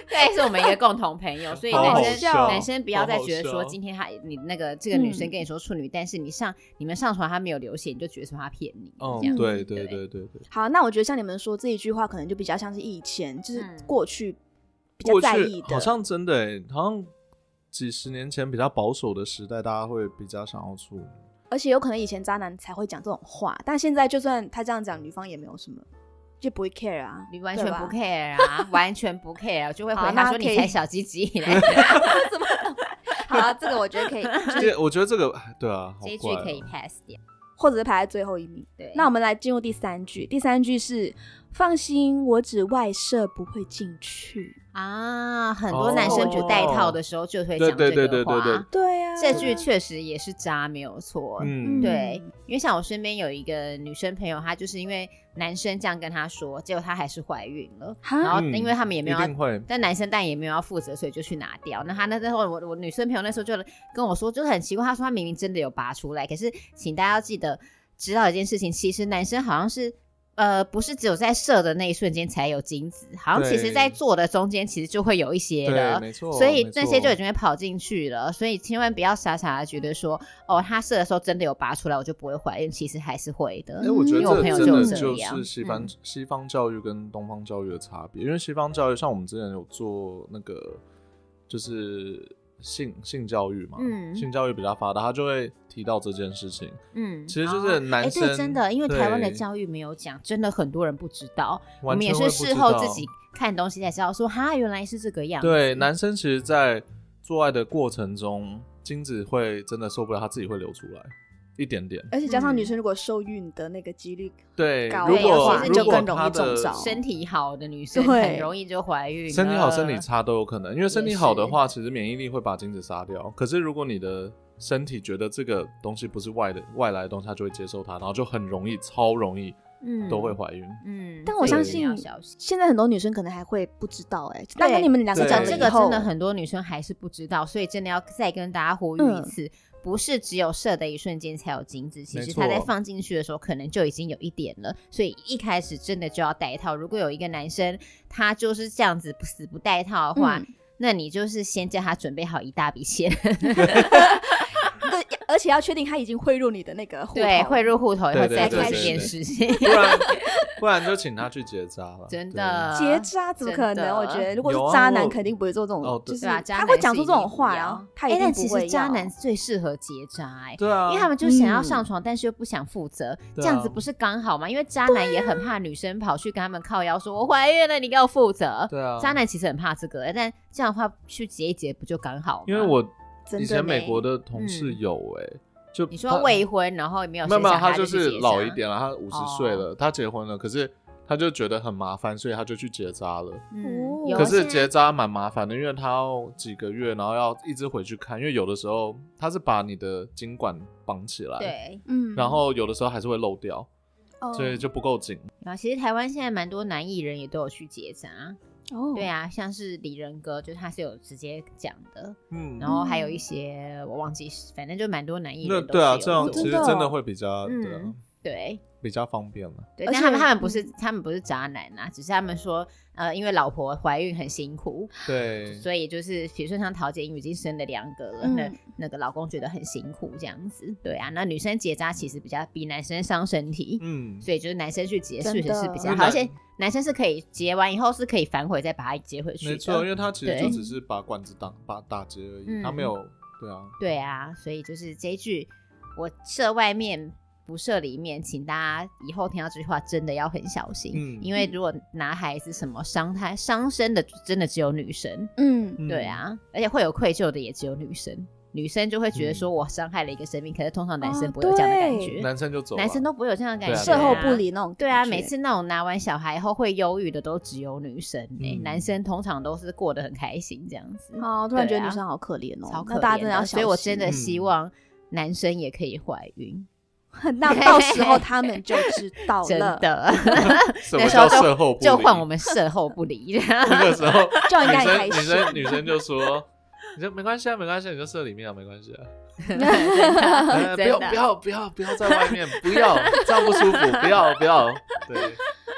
Speaker 2: 对，是我们一个共同朋友， 所以
Speaker 1: 好
Speaker 2: 男
Speaker 1: 好
Speaker 2: 生
Speaker 1: 笑
Speaker 2: 男生不要再觉得
Speaker 1: 好好
Speaker 2: 说
Speaker 1: 笑
Speaker 2: 今天他你那个这个女
Speaker 3: 嗯
Speaker 2: 生跟你说处女，但是你上你们上床她没有流血，你就觉得说她骗你，
Speaker 1: 嗯
Speaker 2: 这样，子
Speaker 1: 对对对对对。
Speaker 3: 好，那我觉得像你们说这一句话，可能就比较像是以前，就是
Speaker 2: 嗯
Speaker 3: 过去比较
Speaker 1: 过
Speaker 3: 在
Speaker 1: 去
Speaker 3: 意的，
Speaker 1: 好像真的、欸，好像几十年前比较保守的时代，大家会比较想要 处女。
Speaker 3: 而且有可能以前渣男才会讲这种话，但现在就算他这样讲，女方也没有什么，就不会 care 啊，
Speaker 2: 你完全
Speaker 3: 对吧
Speaker 2: 不 care 啊，完全不 care，我就会
Speaker 3: 好
Speaker 2: 回
Speaker 3: 那
Speaker 2: 她说
Speaker 3: 可
Speaker 2: 你
Speaker 3: 以
Speaker 2: 才小鸡鸡嘞，
Speaker 3: 好啊，这个我觉得可以， 就是
Speaker 1: 这我觉得这个哎对啊， 好
Speaker 2: 这一句
Speaker 1: 怪哦
Speaker 2: 可以 pass 掉。
Speaker 3: 或者是排在最后一名。
Speaker 2: 对，
Speaker 3: 那我们来进入第三句，第三句是放心，我只外射不会进去。
Speaker 2: 啊，很多男生不戴套的时候就会讲
Speaker 1: 对
Speaker 2: 这个
Speaker 1: 对
Speaker 2: 话。
Speaker 1: 对对对对，
Speaker 3: 对啊，
Speaker 2: 这句确实也是渣，没有错。
Speaker 1: 嗯，
Speaker 2: 对，因为像我身边有一个女生朋友，她就是因为男生这样跟她说，结果她还是怀孕了，
Speaker 3: 哈
Speaker 2: 然后
Speaker 1: 嗯
Speaker 2: 因为他们也没有
Speaker 1: 一
Speaker 2: 要
Speaker 1: 定会
Speaker 2: 但男生但也没有要负责，所以就去拿掉。那他那时候，我我女生朋友那时候就跟我说，就是很奇怪，他说他明明真的有拔出来，可是请大家要记得知道一件事情，其实男生好像是。呃，不是只有在射的那一瞬间才有精子，好像其实
Speaker 1: 对
Speaker 2: 在做的中间其实就会有一些
Speaker 1: 对，
Speaker 2: 的，
Speaker 1: 没错，
Speaker 2: 所以
Speaker 1: 没错
Speaker 2: 那些就已经会跑进去了。所以千万不要傻傻的觉得说，哦，他射的时候真的有拔出来，我就不会怀孕，其实还是会的。
Speaker 1: 哎、我觉得
Speaker 2: 因为我朋
Speaker 1: 这
Speaker 2: 友
Speaker 1: 真
Speaker 2: 就
Speaker 1: 的
Speaker 2: 有这
Speaker 1: 就
Speaker 2: 样
Speaker 1: 是西方、
Speaker 2: 嗯
Speaker 1: 西方教育跟东方教育的差别，因为西方教育像我们之前有做那个就是性性教育嘛，
Speaker 2: 嗯
Speaker 1: 性教育比较发达，他就会提到这件事情。
Speaker 2: 嗯，
Speaker 1: 其实就是
Speaker 2: 哎
Speaker 1: 男生、
Speaker 2: 对，真的，因为台湾的
Speaker 1: 对
Speaker 2: 教育没有讲，真的很多人不知道。我
Speaker 1: 完
Speaker 2: 们也
Speaker 1: 全会
Speaker 2: 是
Speaker 1: 不知
Speaker 2: 事后
Speaker 1: 道
Speaker 2: 自己看东西才知道说，哈，原来是这个样子。
Speaker 1: 对，男生其实，在做爱的过程中，精子会真的受不了，他自己会流出来一点点。
Speaker 3: 而且加上
Speaker 2: 嗯
Speaker 3: 女生如果受孕的那个几率，
Speaker 1: 对，
Speaker 3: 搞
Speaker 1: 如
Speaker 2: 对尤
Speaker 1: 果
Speaker 2: 其是
Speaker 1: 如
Speaker 2: 就
Speaker 1: 果
Speaker 2: 更
Speaker 3: 容易
Speaker 1: 他
Speaker 3: 中
Speaker 1: 的
Speaker 3: 招
Speaker 2: 身体好的女生
Speaker 3: 对
Speaker 2: 很容易就怀孕了，
Speaker 1: 身体好、身体差都有可能，因为身体
Speaker 2: 啊也
Speaker 1: 好的
Speaker 2: 是
Speaker 1: 话，其实免疫力会把精子杀掉。可是如果你的身体觉得这个东西不是外的外来的东西，它就会接受它，然后就很容易，超容易
Speaker 2: 嗯
Speaker 1: 都会怀 孕。
Speaker 2: 嗯，
Speaker 3: 但
Speaker 2: 所
Speaker 3: 我
Speaker 2: 以
Speaker 3: 相
Speaker 2: 一定
Speaker 3: 信
Speaker 2: 要小心。
Speaker 3: 现在很多女生可能还会不知道哎、但跟你们两个
Speaker 1: 对
Speaker 2: 讲
Speaker 3: 讲了
Speaker 2: 这
Speaker 3: 以
Speaker 2: 个
Speaker 3: 后
Speaker 2: 真的很多女生还是不知道，所以真的要再跟大家呼吁一
Speaker 3: 嗯
Speaker 2: 次，不是只有射的一瞬间才有精子，其
Speaker 1: 没
Speaker 2: 实它在
Speaker 1: 错
Speaker 2: 放进去的时候可能就已经有一点了，所以一开始真的就要戴套。如果有一个男生他就是这样子死不戴套的话，
Speaker 3: 嗯
Speaker 2: 那你就是先叫他准备好一大笔钱，
Speaker 3: 对，而且要确定他已经汇入你的那个户
Speaker 2: 对，
Speaker 3: 头
Speaker 2: 汇入户头以后
Speaker 1: 对对
Speaker 2: 再
Speaker 3: 对
Speaker 2: 做
Speaker 3: 对
Speaker 2: 这
Speaker 3: 对
Speaker 2: 件
Speaker 1: 对
Speaker 2: 事 情，
Speaker 1: 不然不然就请他去结扎了。
Speaker 2: 真
Speaker 1: 对
Speaker 2: 的
Speaker 3: 结扎怎么可
Speaker 2: 真的
Speaker 3: 能？我觉得如果是
Speaker 1: 有啊
Speaker 3: 渣男，
Speaker 1: 我
Speaker 3: 肯定不会做这种，
Speaker 1: 哦
Speaker 3: 就是
Speaker 2: 对吧？渣
Speaker 3: 他会
Speaker 2: 男
Speaker 3: 讲
Speaker 2: 是
Speaker 3: 出
Speaker 2: 一
Speaker 3: 这
Speaker 2: 定
Speaker 3: 种
Speaker 2: 不
Speaker 3: 话，
Speaker 2: 要
Speaker 3: 然后他
Speaker 2: 哎
Speaker 3: 一定
Speaker 2: 但其
Speaker 3: 不会
Speaker 2: 实渣
Speaker 3: 要哦
Speaker 2: 男最适合结扎、哎。
Speaker 1: 对啊，
Speaker 2: 因为他们就想要
Speaker 3: 嗯
Speaker 2: 上床，但是又不想负责，这
Speaker 1: 对
Speaker 2: 样
Speaker 1: 啊
Speaker 2: 子不是刚好吗？因为渣男也很怕女生跑去跟他们靠腰说：“我怀孕了，你给我负责。
Speaker 1: 对啊，
Speaker 2: 渣男其实很怕这个，但这样的话去结一结不就刚好吗？
Speaker 1: 因为我
Speaker 3: 真的
Speaker 1: 以前美
Speaker 3: 呢
Speaker 1: 国的同事
Speaker 2: 嗯
Speaker 1: 有哎、就
Speaker 2: 你
Speaker 1: 他
Speaker 2: 说未婚，然后也没有
Speaker 1: 没有
Speaker 2: 生
Speaker 1: 没有，
Speaker 2: 小孩
Speaker 1: 他就
Speaker 2: 去
Speaker 1: 是
Speaker 2: 结
Speaker 1: 老
Speaker 2: 扎哦
Speaker 1: 一，点了，他五十岁了，他结婚了，可是他就觉得很麻烦，所以他就去结扎了。
Speaker 2: 嗯，有
Speaker 1: 可
Speaker 2: 啊
Speaker 1: 是
Speaker 2: 现
Speaker 1: 结
Speaker 2: 在
Speaker 1: 扎蛮麻烦的，因为他要几个月，然后要一直回去看，因为有的时候他是把你的精管绑起来，，
Speaker 2: 对，
Speaker 3: 嗯，
Speaker 1: 然后有的时候还是会漏掉，
Speaker 3: 哦
Speaker 1: 所以就不够紧。
Speaker 2: 然后其实台湾现在蛮多男艺人也都有去结扎，
Speaker 3: 哦
Speaker 2: 对，啊，像是李仁哥，就是他是有直接讲的，
Speaker 1: 嗯，
Speaker 2: 然后还有一些我忘记，反正就蛮多男艺
Speaker 1: 那
Speaker 2: 人都
Speaker 1: 对啊，
Speaker 2: 是有
Speaker 1: 这样
Speaker 2: 做
Speaker 1: 其实
Speaker 3: 真的
Speaker 1: 真
Speaker 3: 哦
Speaker 1: 的会比较对啊
Speaker 2: 嗯对。
Speaker 1: 比较方便了。
Speaker 2: 对，
Speaker 3: 而
Speaker 2: 但他们
Speaker 3: 且嗯
Speaker 2: 他们不是他们不是渣男啊，只是他们说，呃，因为老婆怀孕很辛苦，
Speaker 1: 对，
Speaker 2: 所以就是比如说像桃姐，因为已经生了两个了，那
Speaker 3: 嗯
Speaker 2: 那个老公觉得很辛苦这样子。对啊，那女生结扎其实比较比男生伤身体，
Speaker 1: 嗯，
Speaker 2: 所以就是男生去结
Speaker 3: 真
Speaker 2: 确
Speaker 3: 的
Speaker 2: 实是比较
Speaker 1: 因为
Speaker 2: 好，
Speaker 1: 男
Speaker 2: 而且男生是可以结完以后是可以反悔再把它接回去
Speaker 1: 没错，因
Speaker 2: 的。
Speaker 1: 为他其实
Speaker 2: 对
Speaker 1: 就只是把管子挡把打结而
Speaker 2: 嗯
Speaker 1: 已，他没有对啊，
Speaker 2: 对啊，所以就是这一句，我射外面。不射里面，请大家以后听到这句话真的要很小心，
Speaker 1: 嗯
Speaker 2: 因为如果男孩子什么伤他伤身的，真的只有女生。
Speaker 3: 嗯，
Speaker 1: 嗯
Speaker 2: 对，啊，而且会有愧疚的也只有女生，女生就会觉得说
Speaker 1: 嗯
Speaker 2: 我伤害了一个生命，可是通常男生
Speaker 3: 哦
Speaker 2: 不会有这样的感
Speaker 3: 对
Speaker 2: 觉，
Speaker 1: 男生就走了，
Speaker 2: 啊
Speaker 1: 啊
Speaker 2: 男生都不会有这样的感
Speaker 1: 对
Speaker 2: 觉、
Speaker 1: 啊
Speaker 3: 售后不。理那种感觉，
Speaker 2: 对啊，每次那种拿完小孩后会忧郁的都只有女生、欸
Speaker 1: 嗯
Speaker 2: 男生通常都是过得很开心这样子，
Speaker 3: 哦，突然觉
Speaker 2: 对
Speaker 3: 得
Speaker 2: 啊
Speaker 3: 女生好可怜哦，
Speaker 2: 超可
Speaker 3: 那大家真
Speaker 2: 怜
Speaker 3: 要小心，
Speaker 2: 所以我真的
Speaker 1: 嗯
Speaker 2: 希望男生也可以怀孕，
Speaker 3: 那到时候他们就知道
Speaker 2: 真
Speaker 3: 了，
Speaker 2: 的，
Speaker 1: 什
Speaker 2: 那
Speaker 1: 么
Speaker 2: 时
Speaker 1: 叫
Speaker 2: 候就
Speaker 1: 售后不
Speaker 2: 就
Speaker 1: 理
Speaker 2: 换我们事后不理。
Speaker 1: 那个时候，
Speaker 3: 就应
Speaker 1: 女
Speaker 3: 该
Speaker 1: 生
Speaker 3: 开
Speaker 1: 女
Speaker 3: 始
Speaker 1: 生女生就说：“ 你说没关系啊，没关系啊，你就射里面啊，没关系啊，
Speaker 2: 真的
Speaker 1: 呃不要
Speaker 2: 真的啊
Speaker 1: 不要不要不要在外面，不要这样不舒服，不要不要。” 对，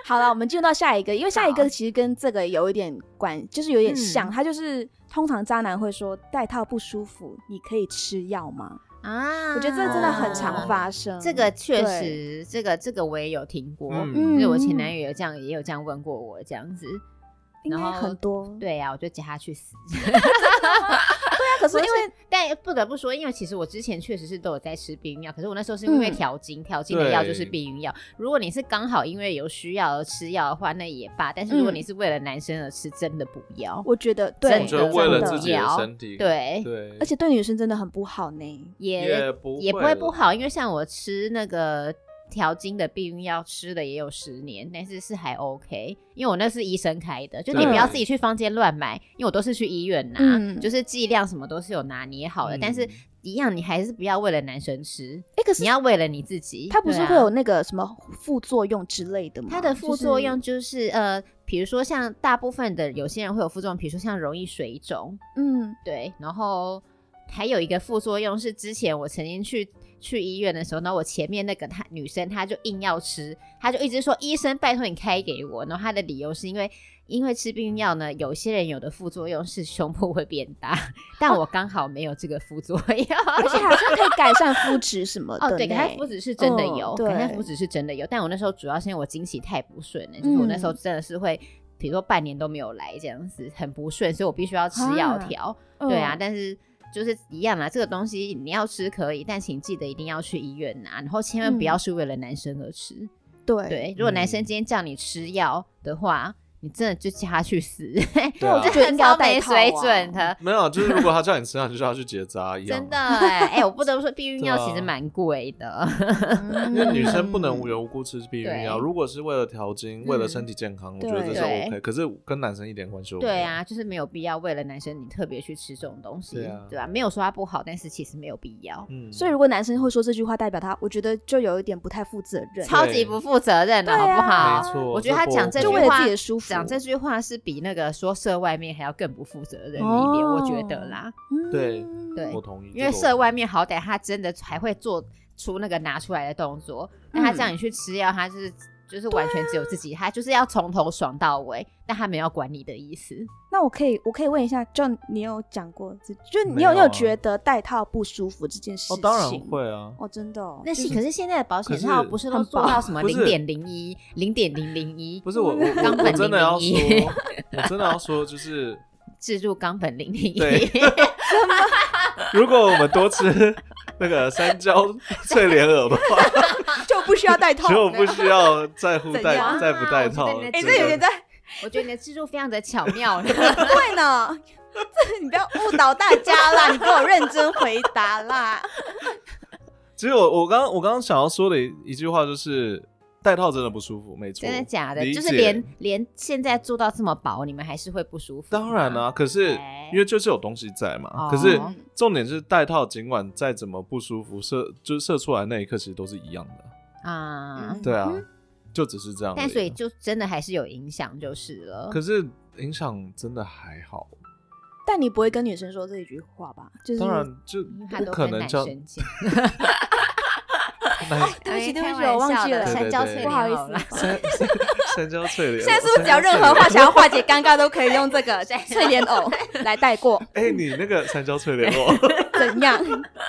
Speaker 3: 好了，我们进入到下一个，因为下一
Speaker 2: 好
Speaker 3: 个其实跟这个有一点关，就是有点
Speaker 2: 嗯
Speaker 3: 像，他就是通常渣男会说戴套不舒服，你可以吃药吗？
Speaker 2: 啊！
Speaker 3: 我觉得这真的很常
Speaker 1: 哦
Speaker 3: 发生，
Speaker 2: 这个确
Speaker 3: 对，
Speaker 2: 实，这个这个我也有听过，
Speaker 1: 嗯
Speaker 2: 因
Speaker 3: 嗯
Speaker 2: 为我前男友有这样也有这样问过我这样子。
Speaker 3: 应
Speaker 2: 然
Speaker 3: 该
Speaker 2: 后
Speaker 3: 很多。
Speaker 2: 对啊呀、我就叫他去死。
Speaker 3: 那啊可是因为
Speaker 2: 但不得不说，因为其实我之前确实是都有在吃避孕药，可是我那时候是因为
Speaker 3: 嗯
Speaker 2: 调经，调经的药就是避孕药。如果你是刚好因为有需要而吃药的话，那也罢；但是如果
Speaker 3: 嗯
Speaker 2: 你是为了男生而吃，真的不要。
Speaker 3: 我觉得
Speaker 2: 真
Speaker 3: 对，
Speaker 1: 我
Speaker 2: 的
Speaker 1: 觉得为了
Speaker 3: 真
Speaker 1: 自己的身体，
Speaker 2: 对，
Speaker 1: 对
Speaker 3: 而，且对女生真的很不好呢。
Speaker 2: 也
Speaker 1: 也不
Speaker 2: 也不
Speaker 1: 会
Speaker 2: 会不好，因为像我吃那个调经的避孕药，吃了也有十年，但是是还 OK，因为我那是医生开的，就你
Speaker 1: 对
Speaker 2: 不要自己去坊间乱买，因为我都是去医院拿，
Speaker 3: 嗯
Speaker 2: 就是剂量什么都是有拿捏好的，
Speaker 1: 嗯
Speaker 2: 但是一样你还是不要为了男生吃，
Speaker 3: 哎，可 是
Speaker 2: 你要为了你自己，
Speaker 3: 它不是
Speaker 2: 对啊
Speaker 3: 会有那个什么副作用之类的吗？
Speaker 2: 它的副
Speaker 3: 就是
Speaker 2: 作用就是呃，比如说像大部分的有些人会有副作用，比如说像容易水肿，
Speaker 3: 嗯，
Speaker 2: 对，然后还有一个副作用是，之前我曾经去去医院的时候，呢，我前面那个她女生，她就硬要吃，她就一直说医生拜托你开给我，然后她的理由是因为因为吃避孕药呢，有些人有的副作用是胸部会变大， 但我刚好没有这个副作用。
Speaker 3: 而且好像可以改善肤质什么的
Speaker 2: 哦，
Speaker 3: 呢。
Speaker 2: 对，可它肤质是真的有，
Speaker 3: 嗯
Speaker 2: 可它
Speaker 3: 对
Speaker 2: 肤质是真的有，但我那时候主要是因为我经期太不顺了，就是我那时候
Speaker 3: 嗯
Speaker 2: 真的是会，比如说半年都没有来这样子，很不顺，所以我必须要吃药
Speaker 3: 啊
Speaker 2: 调。
Speaker 3: 嗯
Speaker 2: 对啊，，但是就是一样啦，这个东西你要吃可以，但请记得一定要去医院拿，然后千万不要是为了男生而吃。
Speaker 3: 嗯对，
Speaker 2: 对，如果男生
Speaker 1: 嗯
Speaker 2: 今天叫你吃药的话，你真的就叫他去死，
Speaker 1: 对啊
Speaker 3: 我就觉得应该要
Speaker 2: 超没
Speaker 3: 戴套啊
Speaker 2: 水准的。
Speaker 1: 没有，就是如果他叫你吃，你就叫他去结扎一样。
Speaker 2: 真的哎、哎、我不得不说，避孕
Speaker 1: 对
Speaker 2: 药
Speaker 1: 啊
Speaker 2: 其实蛮贵 的。
Speaker 1: 因
Speaker 3: 嗯
Speaker 1: 为女生不能无缘无故吃避孕药，
Speaker 2: 对嗯
Speaker 1: 如果是为了调经、为了身体健康，我觉得这是
Speaker 2: 对
Speaker 1: OK。可是跟男生一点关系都没有。
Speaker 2: 对啊，就是没有必要为了男生你特别去吃这种东西，
Speaker 1: 对啊
Speaker 2: 对吧、没有说它不好，但是其实没有必要，
Speaker 1: 嗯，
Speaker 3: 所以如果男生会说这句话，代表他，我觉得就有一点不太负责任，
Speaker 2: 超级不负责任的、
Speaker 3: 对
Speaker 2: 好
Speaker 3: 啊
Speaker 2: 不好？
Speaker 1: 没错，
Speaker 2: 我觉得他讲这句
Speaker 3: 就
Speaker 2: 话
Speaker 3: 为了自己的舒服。
Speaker 2: 讲这句话是比那个说社外面还要更不负责任一点，
Speaker 3: 哦
Speaker 2: 我觉得啦，
Speaker 3: 嗯
Speaker 1: 对
Speaker 2: 对
Speaker 1: 我同意，
Speaker 2: 因为
Speaker 1: 这个我
Speaker 2: 社外面好歹他真的还会做出那个拿出来的动作，那他叫你去吃药，他就是就是完全只有自己，他就是要从头爽到尾，但他没有管你的意思。
Speaker 3: 那我可以，我可以问一下，John，你有讲过自，就你
Speaker 1: 没
Speaker 3: 有
Speaker 1: 有
Speaker 3: 你有
Speaker 1: 啊
Speaker 3: 觉得戴套不舒服这件事
Speaker 1: 哦
Speaker 3: 情？
Speaker 1: 当然会 啊，
Speaker 3: 哦，真的哦，
Speaker 2: 那
Speaker 3: 就是
Speaker 2: 可是现在的保险
Speaker 1: 可是
Speaker 2: 套不是都
Speaker 3: 很
Speaker 2: 做
Speaker 3: 薄
Speaker 2: 到什么
Speaker 1: 不是
Speaker 2: 零点零一、零点零零一，嗯
Speaker 1: 不是我我我
Speaker 2: 冈
Speaker 1: 我
Speaker 2: 本
Speaker 1: 真的要
Speaker 2: 零零
Speaker 1: 说
Speaker 2: 一，
Speaker 1: 我真的要说，就是
Speaker 2: 置入冈本零零
Speaker 1: 对
Speaker 2: 一，
Speaker 1: 如果我们多吃那个山椒脆莲藕的 话，
Speaker 2: 啊
Speaker 3: 就不需要戴套，
Speaker 1: 其实我不需要在乎
Speaker 3: 怎
Speaker 1: 戴
Speaker 3: 样
Speaker 1: 在不戴套
Speaker 2: 我觉得你。在
Speaker 3: 哎、
Speaker 1: 这
Speaker 3: 这有点在
Speaker 2: 我觉得你的置入非常的巧 妙。
Speaker 3: 对呢，这你不要误导大家啦，你给我认真回答啦。
Speaker 1: 其实我我刚我刚刚想要说的一一句话就是，戴套真的不舒服，没错，
Speaker 2: 真的假的？
Speaker 1: 理
Speaker 2: 就是
Speaker 1: 解
Speaker 2: 连连现在做到这么薄，你们还是会不舒服？
Speaker 1: 当然啦、，啊可是
Speaker 2: 哎
Speaker 1: 因为就是有东西在嘛。
Speaker 2: 哦
Speaker 1: 可是重点是戴套，尽管再怎么不舒服，射就是射出来那一刻其实都是一样的。
Speaker 2: 啊、
Speaker 3: 嗯
Speaker 1: 对啊，
Speaker 3: 嗯
Speaker 1: 就只是这样而已。啊
Speaker 2: 但所以就真的还是有影响，就是了。
Speaker 1: 可是影响真的还好，
Speaker 3: 但你不会跟女生说这一句话吧？就是嗯
Speaker 1: 当然就
Speaker 2: 他
Speaker 1: 不
Speaker 2: 都
Speaker 1: 可
Speaker 2: 跟
Speaker 1: 能
Speaker 2: 男
Speaker 1: 叫
Speaker 2: 生 讲，
Speaker 1: 男
Speaker 3: 对不起，
Speaker 2: 哎
Speaker 3: 对
Speaker 2: 开
Speaker 3: 不起，
Speaker 2: 玩
Speaker 3: 我忘
Speaker 2: 笑
Speaker 3: 记
Speaker 2: 的
Speaker 3: 了，
Speaker 1: 对对
Speaker 2: 山椒脆
Speaker 1: 对
Speaker 3: 不好意
Speaker 2: 莲藕 啦
Speaker 3: 思。
Speaker 1: 山山山椒脆 莲。
Speaker 3: 现在是不是只要任何话？想要化解尴尬，都可以用这 个翠莲藕来带过？
Speaker 1: 哎、你那个山椒脆莲哦藕，
Speaker 3: 怎样？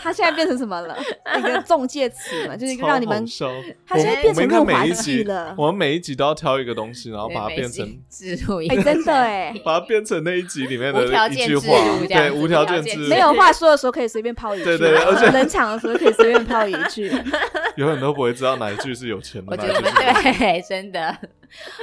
Speaker 3: 它现在变成什么了？一个中介词 嘛，就是一个让你们
Speaker 1: 超好笑
Speaker 3: 它现在
Speaker 1: 我
Speaker 3: 变成
Speaker 1: 我们应该
Speaker 3: 润滑
Speaker 1: 每一
Speaker 3: 剂
Speaker 1: 集
Speaker 3: 了
Speaker 1: 我们每一集都要挑一个东西，然后
Speaker 2: 对
Speaker 1: 把它
Speaker 2: 每
Speaker 1: 变
Speaker 2: 集
Speaker 1: 成
Speaker 2: 置入一
Speaker 3: 哎、
Speaker 2: 个
Speaker 3: 真 的哎、
Speaker 1: 把它变成那一集里面
Speaker 2: 无条
Speaker 1: 的一
Speaker 2: 件
Speaker 1: 句
Speaker 2: 置
Speaker 1: 话
Speaker 2: 入，这样
Speaker 1: 对，
Speaker 2: 子
Speaker 1: 无
Speaker 2: 无
Speaker 1: 条
Speaker 2: 条
Speaker 1: 件
Speaker 2: 件
Speaker 1: 置入，
Speaker 2: 置入
Speaker 3: 没有话说的时候可以随便抛一句，
Speaker 1: 对对对而且
Speaker 3: 冷场的时候可以随便抛一 句，
Speaker 1: 永远都不会知道哪一句是有钱的，
Speaker 2: 我
Speaker 1: 哪
Speaker 2: 觉
Speaker 1: 一
Speaker 2: 得你
Speaker 1: 句
Speaker 2: 们
Speaker 1: 是
Speaker 2: 对，真的，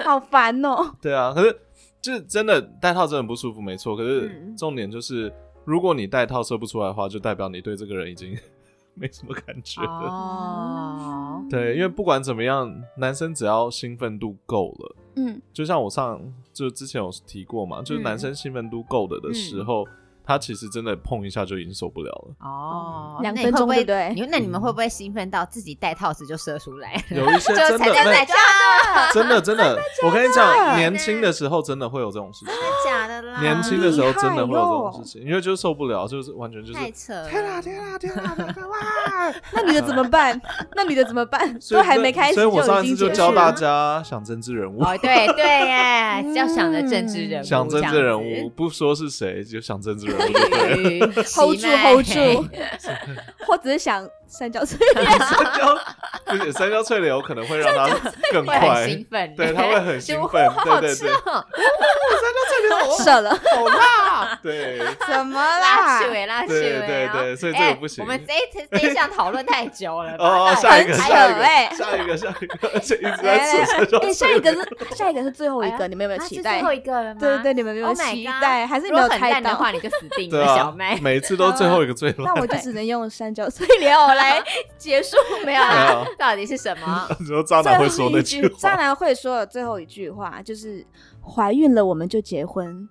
Speaker 3: 好烦哦、
Speaker 1: 对啊。可是就是真的戴套真的不舒服，没错。可是
Speaker 2: 嗯
Speaker 1: 重点就是，如果你戴套射不出来的话，就代表你对这个人已经 没什么感觉了。
Speaker 2: 哦，
Speaker 1: 对，因为不管怎么样，男生只要兴奋度够了，
Speaker 3: 嗯，
Speaker 1: 就像我上就之前有提过嘛，就是男生兴奋度够了的
Speaker 3: 嗯
Speaker 1: 时候，他其实真的碰一下就已经受不了 了。
Speaker 2: 哦，
Speaker 3: 两
Speaker 2: 那
Speaker 3: 分
Speaker 2: 你会
Speaker 3: 钟
Speaker 2: 不
Speaker 3: 对
Speaker 2: 会
Speaker 3: 不对
Speaker 2: 你那
Speaker 1: 嗯
Speaker 2: 你们会不会兴奋到自己戴套子就射出来？
Speaker 1: 有 一些
Speaker 2: 就
Speaker 1: 真的
Speaker 2: 才叫
Speaker 1: 没
Speaker 2: 奶
Speaker 1: 有
Speaker 2: 罩，
Speaker 1: 真的真的，我跟你讲，
Speaker 2: 的
Speaker 1: 年轻的时候真的会有这种事情。
Speaker 2: 真的假的啦？
Speaker 1: 年轻的时候真的会有这
Speaker 3: 啊好厉害哦
Speaker 1: 种事
Speaker 3: 哟
Speaker 1: 情，因为就是受不了，就是完全就是
Speaker 2: 太扯了，
Speaker 1: 啊天啊天啊 哇！
Speaker 3: 那女的怎么办？那女的怎么办？
Speaker 1: 所以
Speaker 3: 都还没开始
Speaker 1: 所以我上
Speaker 3: 已
Speaker 1: 一
Speaker 3: 经
Speaker 1: 次就
Speaker 3: 结束
Speaker 1: 教
Speaker 3: 了
Speaker 1: 大家想政治人物，
Speaker 2: 哦，对对耶， 要想着政治人物，
Speaker 1: 想政治人物，不说是谁，就想政 治人物就对了。
Speaker 3: hold 住 hold 住，或者是想三角锥，
Speaker 1: 三椒，不是三椒脆的有可能会让他更
Speaker 2: 会很
Speaker 1: 快，
Speaker 2: 兴奋，
Speaker 1: 对，他会很兴
Speaker 2: 就
Speaker 1: 奋
Speaker 2: 哇，好
Speaker 1: 对
Speaker 2: 好
Speaker 1: 对
Speaker 2: 吃
Speaker 1: 对，
Speaker 2: 哦，
Speaker 1: 三椒脆
Speaker 3: 射了，
Speaker 1: 的好辣，对，
Speaker 3: 怎么
Speaker 2: 拉去？尾，拉去尾啊，
Speaker 1: 对对对所以这个
Speaker 2: 哎
Speaker 1: 不行
Speaker 2: 我们这一这一项讨论太久了 吧，
Speaker 1: 哦，
Speaker 2: 到底
Speaker 1: 下一个，
Speaker 3: 很扯
Speaker 1: 下一
Speaker 3: 欸
Speaker 1: 个，下一个，下一个，而且一直在扯
Speaker 3: 哎
Speaker 1: 三椒
Speaker 3: 哎，下
Speaker 1: 脆
Speaker 3: 一
Speaker 1: 的
Speaker 3: 个是下一个是最后一
Speaker 2: 哎
Speaker 3: 个，
Speaker 2: 呀
Speaker 3: 你们有没
Speaker 2: 啊
Speaker 3: 有
Speaker 2: 这
Speaker 3: 期
Speaker 2: 是
Speaker 3: 待
Speaker 2: 最？后一个了吗？
Speaker 3: 对对对，你们有没有
Speaker 2: Oh my
Speaker 3: 期
Speaker 2: God
Speaker 3: 待？还是你
Speaker 2: 如
Speaker 3: 没
Speaker 2: 果
Speaker 3: 有
Speaker 2: 很
Speaker 3: 猜
Speaker 2: 烂的
Speaker 3: 到？
Speaker 2: 话，你就死定
Speaker 1: 对
Speaker 2: 了，
Speaker 1: 啊
Speaker 2: 小 妹。
Speaker 1: 每次都最后一个最烂
Speaker 3: 那，我就只能用三角 锥莲藕来结束，没有
Speaker 1: 对
Speaker 3: 啦。
Speaker 1: 啊
Speaker 2: 到底是什么？
Speaker 1: 你说渣
Speaker 3: 最
Speaker 1: 男
Speaker 3: 后
Speaker 1: 会说那
Speaker 3: 一
Speaker 1: 句
Speaker 3: 句，
Speaker 1: 话
Speaker 3: 渣男会说的最后一句话就是“怀孕了我们就结婚”。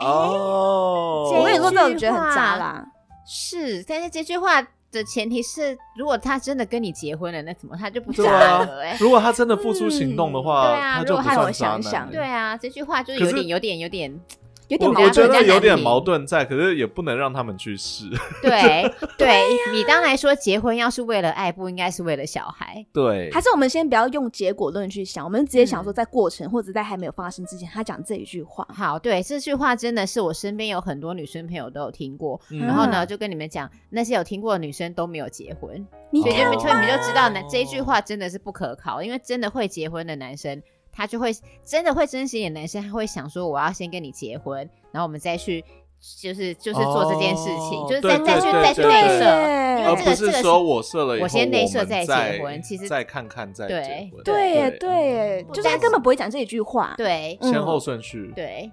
Speaker 1: 哦，
Speaker 3: 我跟你说，
Speaker 2: 这
Speaker 3: 这种觉得很渣
Speaker 2: 句
Speaker 3: 啦。
Speaker 2: 是，但是这句话的前提是，如果他真的跟你结婚了，那怎么他就不渣
Speaker 1: 对啊
Speaker 2: 了？哎，
Speaker 1: 如果他真的付出行动的话，
Speaker 2: 嗯对啊
Speaker 1: 他就不
Speaker 3: 如果他
Speaker 1: 算
Speaker 3: 有
Speaker 1: 渣男。
Speaker 3: 想想
Speaker 2: 对啊，这句话就
Speaker 1: 嗯
Speaker 2: 是
Speaker 1: 可
Speaker 2: 有
Speaker 1: 是
Speaker 2: 点、有点、有点，
Speaker 3: 有
Speaker 1: 我
Speaker 3: 点矛
Speaker 1: 我
Speaker 3: 盾，
Speaker 1: 觉
Speaker 2: 人家
Speaker 1: 得
Speaker 2: 难
Speaker 1: 有点
Speaker 2: 评
Speaker 1: 矛盾在，可是也不能让他们去试。
Speaker 2: 对对。你当然说结婚要是为了爱，不应该是为了小孩。
Speaker 1: 对
Speaker 3: 还是我们先不要用结果论去想，我们直接想说，在过程、或者在还没有发生之前，他讲这一句话，
Speaker 2: 好，对这句话真的是我身边有很多女生朋友都有听过，
Speaker 1: 嗯
Speaker 2: 然后呢，就跟你们讲，那些有听过的女生都没有结婚，
Speaker 3: 你
Speaker 2: 所以就
Speaker 1: 哦
Speaker 3: 看
Speaker 2: 你
Speaker 3: 吧
Speaker 2: 就你就知道呢，这一句话真的是不可靠，因为真的会结婚的男生，他就会真的会珍惜你的男生，他会想说我要先跟你结婚，然后我们再去就是就是做这件事情，
Speaker 1: 哦
Speaker 2: 就是
Speaker 1: 对
Speaker 2: 再再去
Speaker 1: 对
Speaker 2: 再去
Speaker 1: 对
Speaker 2: 内
Speaker 1: 对
Speaker 2: 射，因
Speaker 1: 而
Speaker 2: 为这
Speaker 1: 不
Speaker 2: 个
Speaker 1: 是
Speaker 2: 这个
Speaker 1: 说
Speaker 2: 是
Speaker 1: 我射了以后，
Speaker 2: 我先内射
Speaker 1: 我们
Speaker 2: 再
Speaker 1: 再
Speaker 2: 结婚其实
Speaker 1: 再看看再
Speaker 2: 对
Speaker 1: 结婚，
Speaker 3: 对耶
Speaker 1: 对
Speaker 3: 对耶，
Speaker 2: 嗯
Speaker 3: 就是他根本不会讲这一句话。
Speaker 2: 对
Speaker 3: 嗯
Speaker 1: 先后顺序，
Speaker 2: 对。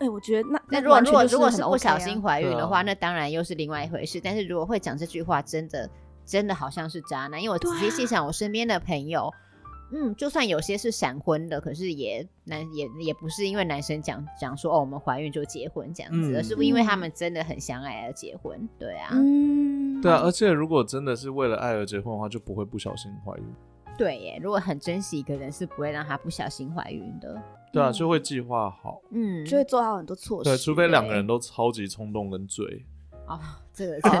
Speaker 3: 哎，我觉得那
Speaker 2: 那如果
Speaker 3: 完
Speaker 2: 如
Speaker 3: 全
Speaker 2: 果
Speaker 3: 就
Speaker 2: 如果
Speaker 3: 很
Speaker 2: 是
Speaker 3: OK 啊
Speaker 2: 不小心怀孕的话，
Speaker 1: 对啊
Speaker 2: 那当然又是另外一回事。但是如果会讲这句话，真的真的好像是渣男，因为我
Speaker 3: 对
Speaker 2: 仔
Speaker 3: 啊
Speaker 2: 细细想，我身边的朋友。嗯，就算有些是闪婚的，可是也男也也不是因为男生讲讲说哦我们怀孕就结婚这样子，
Speaker 1: 嗯
Speaker 2: 而是因为他
Speaker 3: 嗯
Speaker 2: 们真的很相爱而结婚。对啊，
Speaker 3: 嗯，
Speaker 1: 对啊，而且如果真的是为了爱而结婚的话，就不会不小心怀孕。
Speaker 2: 对耶，如果很珍惜一个人，是不会让他不小心怀孕的。
Speaker 1: 对啊，
Speaker 3: 嗯
Speaker 1: 就会计划好。
Speaker 2: 嗯，
Speaker 3: 就会做好很多措施。
Speaker 1: 对， 除非两个人都超级冲动跟醉。
Speaker 2: 哦，这 个真的。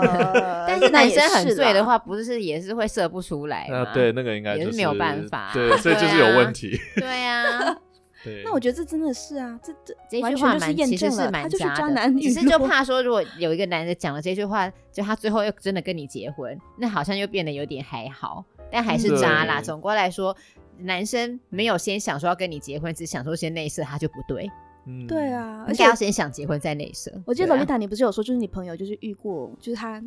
Speaker 3: 呃，
Speaker 2: 但是
Speaker 3: 那
Speaker 2: 男
Speaker 3: 也
Speaker 2: 生很
Speaker 3: 是
Speaker 2: 醉
Speaker 3: 啦
Speaker 2: 的，话，不是也是会射不出来吗？
Speaker 1: 那啊对，那个应该
Speaker 2: 哎也
Speaker 1: 就是
Speaker 2: 没有办法
Speaker 1: 对， 所以就是有问题。
Speaker 2: 对 啊，
Speaker 1: 对，
Speaker 3: 那我觉得这真的是啊，这这
Speaker 1: 嗯
Speaker 2: 这
Speaker 3: 完
Speaker 2: 句
Speaker 3: 全
Speaker 2: 话
Speaker 3: 就是
Speaker 2: 蛮
Speaker 3: 验
Speaker 2: 其实
Speaker 3: 证
Speaker 2: 是
Speaker 3: 了，
Speaker 2: 蛮
Speaker 3: 他就是
Speaker 2: 渣
Speaker 3: 渣
Speaker 2: 的
Speaker 3: 男女
Speaker 2: 只
Speaker 3: 弱，
Speaker 2: 是就怕说，如果有一个男的讲了这句话，就他最后又真的跟你结婚，那好像又变得有点还好，但还
Speaker 3: 嗯
Speaker 2: 是渣啦。
Speaker 1: 对
Speaker 2: 总归来说，男生没有先想说要跟你结婚，只想说先内射，他就不对，
Speaker 1: 嗯
Speaker 3: 对，啊，而
Speaker 2: 应
Speaker 3: 且
Speaker 2: 该要先想结婚再内射。
Speaker 3: 我记得
Speaker 2: 对
Speaker 3: 洛
Speaker 2: 啊
Speaker 3: 丽塔，你不是有说，就是你朋友就是遇过，就是他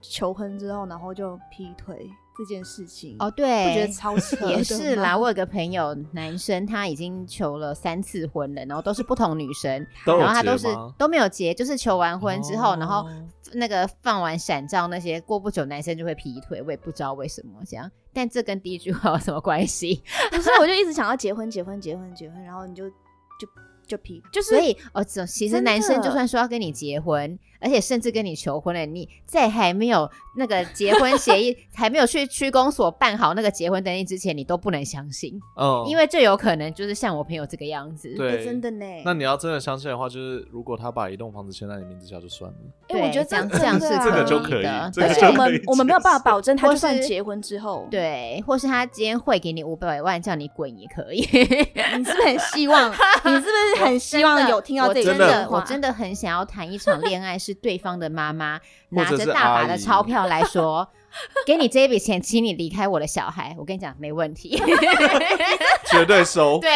Speaker 3: 求婚之后，然后就劈腿这件事情，
Speaker 2: 哦，
Speaker 3: 我
Speaker 2: 对，
Speaker 3: 觉得超扯，
Speaker 2: 也是啦，，我有个朋友，男生他已经求了三次婚了，然后都是不同女生，
Speaker 1: 都有
Speaker 2: 然后他
Speaker 1: 结
Speaker 2: 都是
Speaker 1: 吗
Speaker 2: 都没有结，就是求完婚之后，然后
Speaker 1: 哦
Speaker 2: 那个放完闪照那些，过不久男生就会劈腿，我也不知道为什么这样，但这跟第一句话有什么关系？
Speaker 3: 不是，我就一直想要结婚，结婚，结婚，结婚，然后你就就就劈，就是哎
Speaker 2: 所以哦，总其实
Speaker 3: 真的
Speaker 2: 男生就算说要跟你结婚，而且甚至跟你求婚了，你在还没有那个结婚协议， 还没有去区公所办好那个结婚登记之前，你都不能相信，
Speaker 1: 嗯，
Speaker 2: 因为就有可能就是像我朋友这个样子。
Speaker 1: 对
Speaker 3: 哎真的呢，
Speaker 1: 那你要真的相信的话，就是如果他把一栋房子签在你名字下就算了，
Speaker 3: 哎，我觉得
Speaker 2: 对这样
Speaker 3: 真
Speaker 2: 这样
Speaker 3: 的
Speaker 2: 是
Speaker 3: 啊
Speaker 1: 这个
Speaker 2: 可
Speaker 1: 就
Speaker 2: 以
Speaker 1: 可以
Speaker 2: 的，
Speaker 1: 这
Speaker 3: 而
Speaker 1: 个
Speaker 2: 对
Speaker 3: 且
Speaker 1: 就
Speaker 3: 我
Speaker 1: 可以
Speaker 3: 们我们没有办法保证他
Speaker 2: 或
Speaker 3: 就算
Speaker 2: 是
Speaker 3: 结婚之后，，
Speaker 2: 对，或是他今天汇给你五百万，叫你滚也可以。
Speaker 3: 你是不是很希 望，你是不是很希望有听到这一
Speaker 2: 我真
Speaker 3: 句
Speaker 1: 真的
Speaker 2: 的，
Speaker 3: 话？
Speaker 2: 我真的很想要谈一场恋爱，是对方的妈 妈拿
Speaker 1: 或者
Speaker 2: 着
Speaker 1: 是
Speaker 2: 大把
Speaker 1: 阿
Speaker 2: 的
Speaker 1: 姨
Speaker 2: 钞票来说，给你这一笔钱，请你离开我的小孩。我跟你讲，没问题。
Speaker 1: 绝对收。
Speaker 2: 对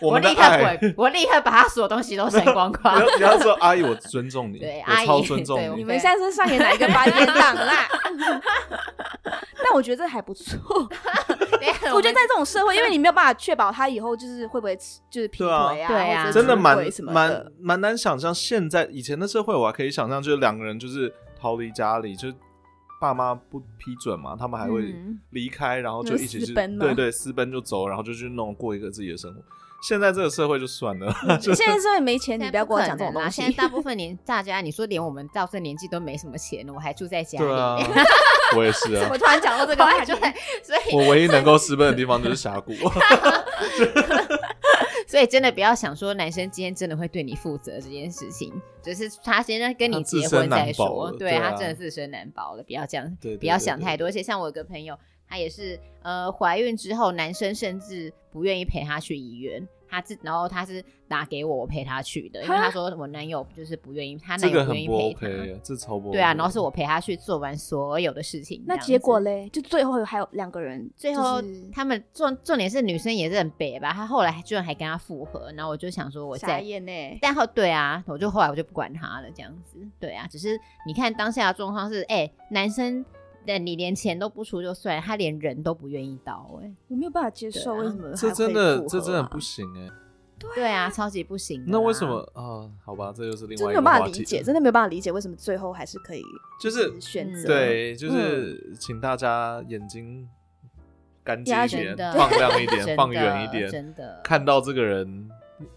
Speaker 1: 我
Speaker 2: 我
Speaker 1: 们的
Speaker 2: 立刻
Speaker 1: 爱
Speaker 2: 滚，我立刻把他所有东西都删光
Speaker 1: 你
Speaker 2: 光。
Speaker 1: 要你要说阿姨，我尊重你，
Speaker 2: 对
Speaker 1: 我
Speaker 2: 阿姨
Speaker 1: 超尊重
Speaker 2: 对我
Speaker 3: 你
Speaker 1: 你。
Speaker 3: 们现在是上演哪一个八点档啦？ 但我觉得这还不错，
Speaker 2: 等一下
Speaker 3: 我觉得在这种社会，因为你没有办法确保他以后就是会不会吃就是劈腿
Speaker 1: 对
Speaker 3: 啊，
Speaker 2: 啊对啊
Speaker 3: 或者是
Speaker 1: 真的蛮
Speaker 3: 出轨什么
Speaker 1: 蛮蛮难想象，现在以前的社会我还可以想象，就是两个人就是逃离家里，就是爸妈不批准嘛，他们还会
Speaker 2: 嗯
Speaker 1: 离开，然后就一起
Speaker 3: 私
Speaker 1: 去
Speaker 3: 奔吗
Speaker 1: 对对私奔就走，然后就去弄过一个自己的生活。现在这个社会就算 了，
Speaker 3: 现在社会没钱，你
Speaker 2: 现
Speaker 3: 不要
Speaker 2: 在
Speaker 3: 跟
Speaker 2: 不
Speaker 3: 我
Speaker 2: 可
Speaker 3: 讲这种
Speaker 2: 能啦！
Speaker 3: 东
Speaker 2: 现在
Speaker 3: 西。
Speaker 2: 大部分连大家，你说连我们到这年纪都没什么钱了，我还住在家里，
Speaker 1: 对 啊， 我也是啊
Speaker 3: 我，突然讲到这个
Speaker 2: 我还
Speaker 3: 话题
Speaker 2: 住，在，所以
Speaker 1: 我唯一能够私奔的地方就是峡 谷。
Speaker 2: 所以真的不要想说男生今天真的会对你负责这件事情，只是他先跟你
Speaker 1: 他自
Speaker 2: 结
Speaker 1: 身
Speaker 2: 婚再
Speaker 1: 难保
Speaker 2: 说。
Speaker 1: 了
Speaker 2: 对
Speaker 1: 对
Speaker 2: 他
Speaker 1: 啊
Speaker 2: 真的自身难保了，不要这样，
Speaker 1: 对对
Speaker 2: 不要
Speaker 1: 对
Speaker 2: 想
Speaker 1: 对
Speaker 2: 太多。而且像我有个朋友，她也是呃怀孕之后，男生甚至不愿意陪她去医院。她自然后她是打给我，我陪她去的，因为她说我男友就是不愿意，她
Speaker 1: 这
Speaker 2: 男
Speaker 1: 个
Speaker 2: 友不
Speaker 1: 很
Speaker 2: 愿意
Speaker 1: 不
Speaker 2: 陪她。
Speaker 1: OK，这超不 OK
Speaker 2: 对啊，然后是我陪她去做完所有的事情。
Speaker 3: 那
Speaker 2: 这样
Speaker 3: 结果
Speaker 2: 子
Speaker 3: 嘞？就最后还有两个人，
Speaker 2: 最后
Speaker 3: 就是
Speaker 2: 他们重重点是女生也是很北吧，她后来居然还跟他复合，然后我就想说我
Speaker 3: 傻
Speaker 2: 再
Speaker 3: 眼呢。
Speaker 2: 但后对啊，我就后来我就不管他了，这样子。对啊，只是你看当下的状况是，哎、男生的你连钱都不出就算，他连人都不愿意到、哎，
Speaker 3: 我没有办法接受，
Speaker 2: 对啊
Speaker 3: 为什么还会
Speaker 1: 这真的
Speaker 3: 复合啊
Speaker 1: 这真的不行哎、
Speaker 2: 对啊，超级不行的啦。
Speaker 1: 那为什么啊？好吧，这又是另
Speaker 3: 嗯真
Speaker 1: 外一
Speaker 3: 的没有
Speaker 1: 个
Speaker 3: 办
Speaker 1: 话
Speaker 3: 法
Speaker 1: 题
Speaker 3: 理
Speaker 1: 了。
Speaker 3: 解，真的没有办法理解为什么最后还是可以
Speaker 1: 就是
Speaker 3: 选
Speaker 2: 嗯
Speaker 3: 择
Speaker 1: 对，就是请大家眼睛干净
Speaker 3: 压
Speaker 1: 一
Speaker 3: 真
Speaker 1: 点，
Speaker 2: 的
Speaker 1: 放亮一
Speaker 2: 真的
Speaker 1: 点，放远一点，
Speaker 2: 真的
Speaker 1: 看到这个人。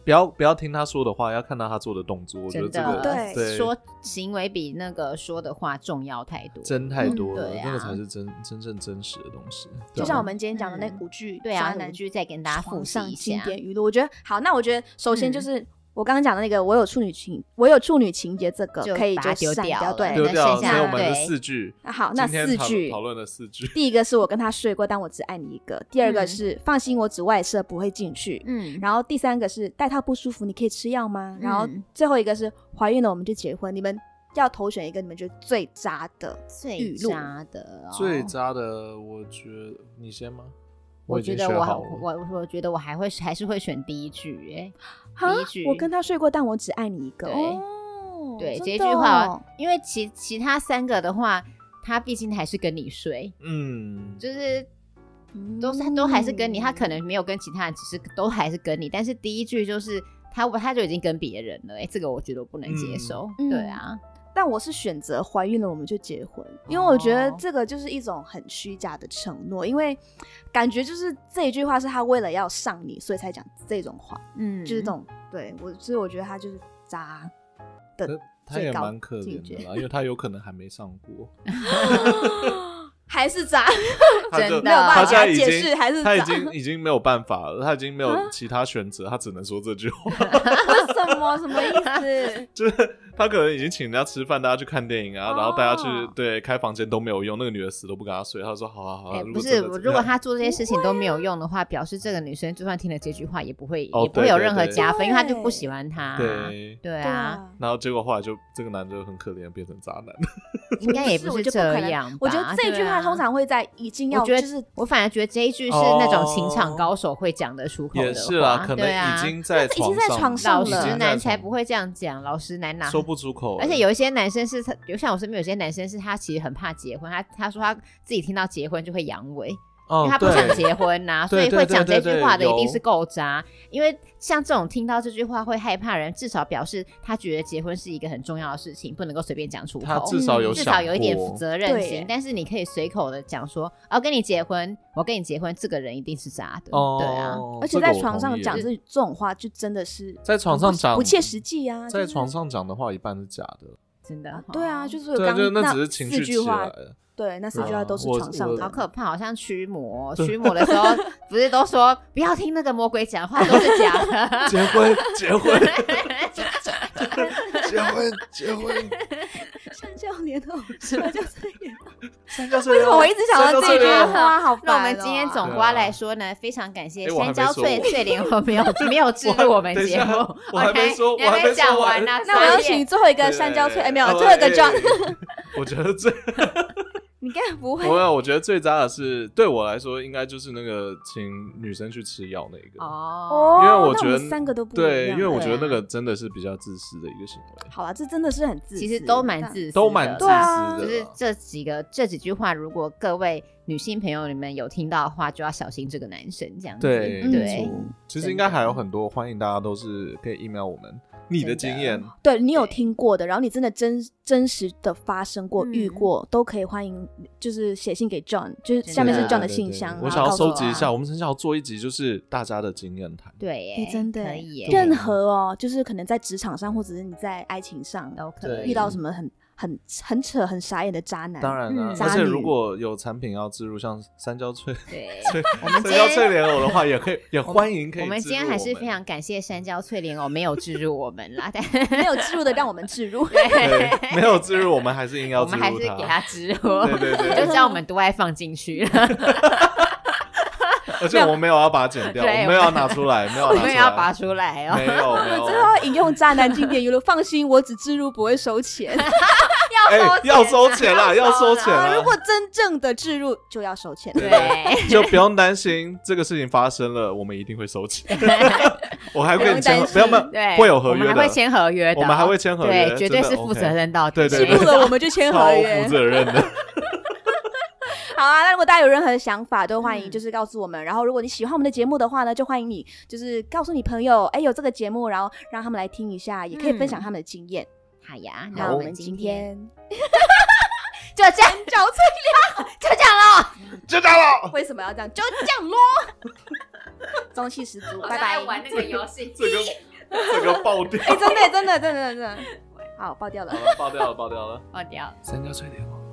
Speaker 1: 不要不要听他说的话，要看到他做的动作。我觉得
Speaker 2: 真
Speaker 1: 这
Speaker 2: 的
Speaker 1: 个
Speaker 3: 哦对
Speaker 1: 对
Speaker 2: 说行为比那个说的话重要太多。
Speaker 1: 真太多
Speaker 2: 嗯
Speaker 1: 了，
Speaker 2: 对啊
Speaker 1: 那个才是真真正真实的东西。
Speaker 3: 就
Speaker 1: 对
Speaker 3: 像
Speaker 1: 吧
Speaker 3: 我们今天讲的那五句
Speaker 2: 对啊，
Speaker 3: 渣
Speaker 2: 那
Speaker 3: 男
Speaker 2: 我去再跟大家复
Speaker 3: 床
Speaker 2: 习
Speaker 3: 上
Speaker 2: 一
Speaker 3: 经
Speaker 2: 下。
Speaker 3: 典语录，我觉得好。那我觉得首先
Speaker 2: 嗯
Speaker 3: 就是我刚刚讲的那个，我有处女情，我有处女情节，这个
Speaker 2: 就
Speaker 3: 可以
Speaker 2: 把
Speaker 3: 就
Speaker 2: 它丢
Speaker 3: 删
Speaker 2: 掉了
Speaker 3: 对，
Speaker 1: 丢
Speaker 2: 那
Speaker 1: 掉，
Speaker 2: 剩
Speaker 1: 所
Speaker 3: 下
Speaker 1: 以我
Speaker 3: 的
Speaker 1: 们的
Speaker 2: 对
Speaker 1: 四句。
Speaker 3: 啊好那
Speaker 1: 今天
Speaker 3: 四
Speaker 1: 讨
Speaker 3: 句
Speaker 1: 讨论了四句。
Speaker 3: 第一个是我跟他睡过，但我只爱你一个；第二个
Speaker 2: 嗯
Speaker 3: 是、放心，我只外射不会进去。
Speaker 2: 嗯，
Speaker 3: 然后第三个是带套不舒服，你可以吃药吗？然后
Speaker 2: 嗯
Speaker 3: 最后一个是怀孕了我们就结婚，你们要头选一个你们觉得最渣的。
Speaker 2: 最
Speaker 3: 语录
Speaker 2: 渣的、哦，
Speaker 1: 最渣的，我觉得你先吗？
Speaker 2: 我
Speaker 1: 已
Speaker 2: 觉
Speaker 1: 经
Speaker 2: 得
Speaker 1: 选
Speaker 2: 我
Speaker 1: 好
Speaker 2: 好
Speaker 1: 了
Speaker 2: 我我我觉得我还会还是会选第一句哎、
Speaker 3: 哈
Speaker 2: 第一句
Speaker 3: 我跟他睡过，但我只爱你一个。
Speaker 2: 对
Speaker 3: 哦，哦
Speaker 2: 对，
Speaker 3: 真
Speaker 2: 这一句
Speaker 3: 的
Speaker 2: 话，
Speaker 3: 哦
Speaker 2: 因为其其他三个的话，他毕竟还是跟你睡，
Speaker 1: 嗯，
Speaker 2: 就是都是都还是跟你，他可能
Speaker 3: 嗯
Speaker 2: 没有跟其他人，只是都还是跟你。但是第一句就是他他就已经跟别人了，哎、这个我觉得我不能接受。
Speaker 3: 嗯
Speaker 2: 对啊，
Speaker 3: 但我是选择怀孕了我们就结婚，因为我觉得
Speaker 2: 哦
Speaker 3: 这个就是一种很虚假的承诺，因为感觉就是这一句话是他为了要上你，所以才讲这种话，
Speaker 2: 嗯，
Speaker 3: 就是这种对我，所以我觉得他就是渣的
Speaker 1: 那他
Speaker 3: 最
Speaker 1: 也
Speaker 3: 高
Speaker 1: 蛮可怜
Speaker 3: 境界
Speaker 1: 的啦，因为他有可能还没上 过，
Speaker 3: 还是渣，
Speaker 1: 他就
Speaker 2: 真的
Speaker 3: 没有办法
Speaker 1: 他现在
Speaker 3: 给
Speaker 1: 已
Speaker 3: 解释
Speaker 1: 经
Speaker 3: 还是
Speaker 1: 他已
Speaker 3: 渣
Speaker 1: 经已经没有办法了，他已经没
Speaker 2: 啊
Speaker 1: 有其他选择，他只能说这句话。
Speaker 3: 为什么什 么意思？
Speaker 1: 就是他可能已经请人家吃饭，大家去看电影啊，然后大家去
Speaker 3: 哦
Speaker 1: 对开房间都没有用，那个女的死都不跟他睡。他说好啊 好
Speaker 2: 哎、
Speaker 1: 啊，
Speaker 2: 不是，
Speaker 1: 真的
Speaker 2: 我
Speaker 1: 这
Speaker 2: 如果
Speaker 1: 样
Speaker 2: 他做这些事情都
Speaker 3: 啊
Speaker 2: 没有用的话，表示这个女生就算听了这句话，也不会、
Speaker 1: 哦
Speaker 2: 也不会有
Speaker 1: 对对
Speaker 2: 任何
Speaker 1: 对
Speaker 2: 加分，因为他就
Speaker 3: 对
Speaker 2: 不喜欢他。
Speaker 1: 对，
Speaker 2: 对
Speaker 3: 对
Speaker 2: 啊，
Speaker 3: 啊，
Speaker 1: 然后结果后来就这个男的很可怜，变成渣男。
Speaker 2: 应 该也
Speaker 3: 我
Speaker 2: 是
Speaker 3: 就不可
Speaker 2: 这
Speaker 3: 能
Speaker 2: 样吧。
Speaker 3: 我觉得这句
Speaker 2: 对
Speaker 3: 话
Speaker 2: 啊
Speaker 3: 通常会在已经要
Speaker 2: 我觉得
Speaker 3: 就是
Speaker 2: 我反而觉得这一句是那种情场高手会讲得出口的
Speaker 1: 哦也
Speaker 2: 话，
Speaker 1: 是啦，可能
Speaker 2: 对啊
Speaker 1: 已经在
Speaker 3: 已经在床
Speaker 2: 老
Speaker 3: 上了已
Speaker 2: 实
Speaker 3: 经
Speaker 2: 男才不会这样讲，老实男哪
Speaker 1: 说不出口了，
Speaker 2: 而且有一些男生是他，有像我身边有些男生是他其实很怕结婚，他他说他自己听到结婚就会阳痿，因
Speaker 1: 哦
Speaker 2: 为他不想
Speaker 1: 对
Speaker 2: 结婚呐、所
Speaker 1: 对
Speaker 2: 以会
Speaker 1: 对
Speaker 2: 讲这
Speaker 1: 对
Speaker 2: 句
Speaker 1: 对
Speaker 2: 话的一定
Speaker 1: 有
Speaker 2: 是够渣。因为像这种听到这句话会害怕的人，至少表示他觉得结婚是一个很重要的事情，不能够随便讲出口。
Speaker 1: 他至少有
Speaker 2: 至
Speaker 1: 想
Speaker 2: 少有一点
Speaker 1: 过
Speaker 2: 责任
Speaker 3: 嗯对
Speaker 2: 心，但是你可以随口的讲说，哦，跟你结婚，我跟你结婚，这个人一定是渣的，
Speaker 1: 哦，
Speaker 2: 对啊，
Speaker 3: 而且
Speaker 1: 这个
Speaker 3: 在
Speaker 1: 我
Speaker 3: 床上
Speaker 1: 同意啊
Speaker 3: 讲这这种话，就真的是
Speaker 1: 在床上讲
Speaker 3: 不切实际啊，
Speaker 1: 在
Speaker 3: 就是
Speaker 1: 床上讲的话一半是假的，
Speaker 2: 真的、哦
Speaker 3: 对啊，就是我
Speaker 1: 对，
Speaker 3: 刚
Speaker 1: 就那
Speaker 3: 那
Speaker 1: 只是情
Speaker 3: 四
Speaker 1: 绪
Speaker 3: 句
Speaker 1: 起
Speaker 3: 话
Speaker 1: 来，了。
Speaker 3: 对，那四句
Speaker 1: 对
Speaker 3: 话
Speaker 1: 啊
Speaker 3: 都是
Speaker 1: 我
Speaker 3: 床上
Speaker 1: 我
Speaker 3: 的
Speaker 2: 好。 可怕，好像驱魔， 驱魔的时候不是都说不要听那个魔鬼讲话，都是假的。
Speaker 1: 结婚，结 婚，结婚，结婚，
Speaker 3: 三教莲
Speaker 2: 哦
Speaker 3: 藕，三教三 莲藕。
Speaker 1: 三哦教
Speaker 3: 为
Speaker 1: 为
Speaker 3: 什啊么我一直想到这
Speaker 2: 这
Speaker 3: 句
Speaker 2: 样
Speaker 3: 话？好烦哦，
Speaker 2: 那我们今天总
Speaker 1: 对
Speaker 2: 瓜
Speaker 1: 啊
Speaker 2: 来说呢，非常感谢
Speaker 1: 哎我还
Speaker 2: 山
Speaker 1: 没
Speaker 2: 椒
Speaker 1: 说
Speaker 2: 翠
Speaker 1: 我
Speaker 2: 翠莲，我没有 没有置入我们节目
Speaker 1: 等一下，我还没说
Speaker 2: 你
Speaker 1: 我还没
Speaker 2: 讲
Speaker 1: 说完
Speaker 2: 完呢。
Speaker 3: 那我
Speaker 2: 所
Speaker 3: 要
Speaker 2: 以
Speaker 3: 请最后一个
Speaker 1: 对
Speaker 3: 山椒脆，哎，没有，
Speaker 1: 哦
Speaker 3: 最后一个
Speaker 1: 哎
Speaker 3: John，
Speaker 1: 我觉得 最
Speaker 3: 你该不会
Speaker 1: 没有，我觉得最渣的是对我来说，应该就是那个请女生去吃药那一个，
Speaker 2: 哦，
Speaker 3: 哦？
Speaker 1: 因为
Speaker 3: 那
Speaker 1: 我
Speaker 3: 我
Speaker 1: 觉得
Speaker 3: 们三个都不一
Speaker 1: 对，
Speaker 3: 样
Speaker 1: 因为我
Speaker 2: 对
Speaker 1: 觉得
Speaker 2: 啊
Speaker 1: 那个真的是比较自私的一个行为，
Speaker 3: 好了，这真的是很自私，
Speaker 2: 其实都蛮自私的，
Speaker 1: 都蛮自
Speaker 3: 对啊
Speaker 1: 私
Speaker 2: 就
Speaker 1: 的
Speaker 2: 是
Speaker 1: 啦。
Speaker 2: 这几个这几句话，如果各位女性朋友你们有听到的话，就要小心这个男生这样子。
Speaker 1: 对，
Speaker 3: 嗯
Speaker 1: 没
Speaker 2: 对
Speaker 1: 错，其
Speaker 2: 真
Speaker 1: 实应该
Speaker 2: 的
Speaker 1: 还有很多，欢迎大家都是可以 email 我们你的
Speaker 2: 真的
Speaker 1: 经验，
Speaker 3: 对你有
Speaker 2: 对
Speaker 3: 听过的，然后你真的真真实的发生过、
Speaker 2: 嗯
Speaker 3: 遇过，都可以欢迎，就是写信给 John，就是
Speaker 2: 真的
Speaker 3: 下面是
Speaker 2: 对
Speaker 3: John
Speaker 1: 对
Speaker 3: 的
Speaker 1: 对
Speaker 3: 信
Speaker 1: 对
Speaker 3: 箱，
Speaker 1: 我
Speaker 3: 然
Speaker 1: 想要
Speaker 3: 后告诉
Speaker 1: 收
Speaker 3: 我
Speaker 1: 集一
Speaker 3: 啊
Speaker 1: 下，我们很想要做一集，就是大家的经验谈。
Speaker 2: 对
Speaker 3: 哎
Speaker 2: 耶，
Speaker 3: 真的
Speaker 2: 可
Speaker 3: 哎
Speaker 2: 以耶，
Speaker 3: 任何哦，就是可能在职场上，或者是你在爱情上
Speaker 2: 都可
Speaker 1: 对
Speaker 2: 以
Speaker 3: 遇到什么很很很扯、很傻眼的渣男，
Speaker 1: 当然啦、
Speaker 2: 嗯
Speaker 1: 而
Speaker 3: 渣
Speaker 1: 且
Speaker 3: 女
Speaker 1: 如果有产品要植入像三焦脆、
Speaker 2: 对。
Speaker 1: 我
Speaker 2: 们
Speaker 1: 三
Speaker 2: 今
Speaker 1: 焦
Speaker 2: 天
Speaker 1: 脆莲藕的话，也可以，也
Speaker 2: 我们
Speaker 1: 欢迎可以
Speaker 2: 我们
Speaker 1: 植
Speaker 2: 今天
Speaker 1: 入
Speaker 2: 还
Speaker 1: 我
Speaker 2: 是
Speaker 1: 们
Speaker 2: 非常感谢山椒翠莲藕没有置入我们啦，但
Speaker 3: 没有置入的让我们置入。
Speaker 1: 对， 没有 置入，我们还是硬要
Speaker 2: 我
Speaker 1: 植
Speaker 2: 们还
Speaker 1: 入
Speaker 2: 是给
Speaker 1: 它。
Speaker 2: 他植入，
Speaker 1: 对对
Speaker 2: 你就
Speaker 1: 对，
Speaker 2: 知道我们多爱放进去 了，
Speaker 1: 而且我们没有要把它剪掉，我
Speaker 2: 对
Speaker 1: 们没有要拿出来，没有
Speaker 2: 我
Speaker 1: 拿出
Speaker 2: 们也要拔
Speaker 1: 来，
Speaker 2: 出来哦
Speaker 1: 没。有啊没 有
Speaker 3: 最。后引用渣男经典语录：放心，我只置入不会收钱。
Speaker 1: 哎，要收钱
Speaker 2: 啦，
Speaker 1: 啦，要收钱
Speaker 3: 啊，如
Speaker 1: 啦，
Speaker 3: 果真正的置入就要收 钱。
Speaker 2: 对，
Speaker 1: 就不用担心这个事情发生了，我们一定会收钱。 我还
Speaker 3: 不
Speaker 1: 跟
Speaker 3: 用
Speaker 1: 你签合，
Speaker 3: 担
Speaker 1: 不要不要，
Speaker 2: 对，
Speaker 1: 会有合约
Speaker 2: 我
Speaker 1: 的
Speaker 2: 们还会签合约的，
Speaker 1: 我们还会签合约
Speaker 2: 对，绝对
Speaker 1: 真
Speaker 2: 是
Speaker 1: 的
Speaker 2: 负
Speaker 1: OK
Speaker 2: 责任到底，
Speaker 1: 对对
Speaker 3: 置
Speaker 1: 对
Speaker 3: 入了我们就签 合
Speaker 1: 超
Speaker 3: 约
Speaker 1: 负。责任的。
Speaker 3: 好啊，那如果大家有任何想法，都欢迎
Speaker 2: 嗯
Speaker 3: 就是告诉我们。然后，如果你喜欢我们的节目的话呢，就欢迎你就是告诉你朋友，哎，有这个节目，然后让他们来听一下，也可以
Speaker 2: 嗯
Speaker 3: 分享他们的经验。
Speaker 2: 好呀，
Speaker 3: 那
Speaker 2: 那
Speaker 3: 我
Speaker 2: 我
Speaker 3: 们
Speaker 2: 们
Speaker 3: 今
Speaker 2: 今天
Speaker 3: 天
Speaker 2: 就这样，就这样了，
Speaker 1: 就这样了。
Speaker 3: 为什么要这样？就这样咯， 中气十足，拜拜。
Speaker 2: 那个游戏
Speaker 1: 这 个这个爆掉，
Speaker 3: 哎，真的，真的，真的，真的，好，爆掉了。
Speaker 1: 好了，爆掉了，爆掉了。
Speaker 2: 忘掉了。
Speaker 1: 三角吹莲藕。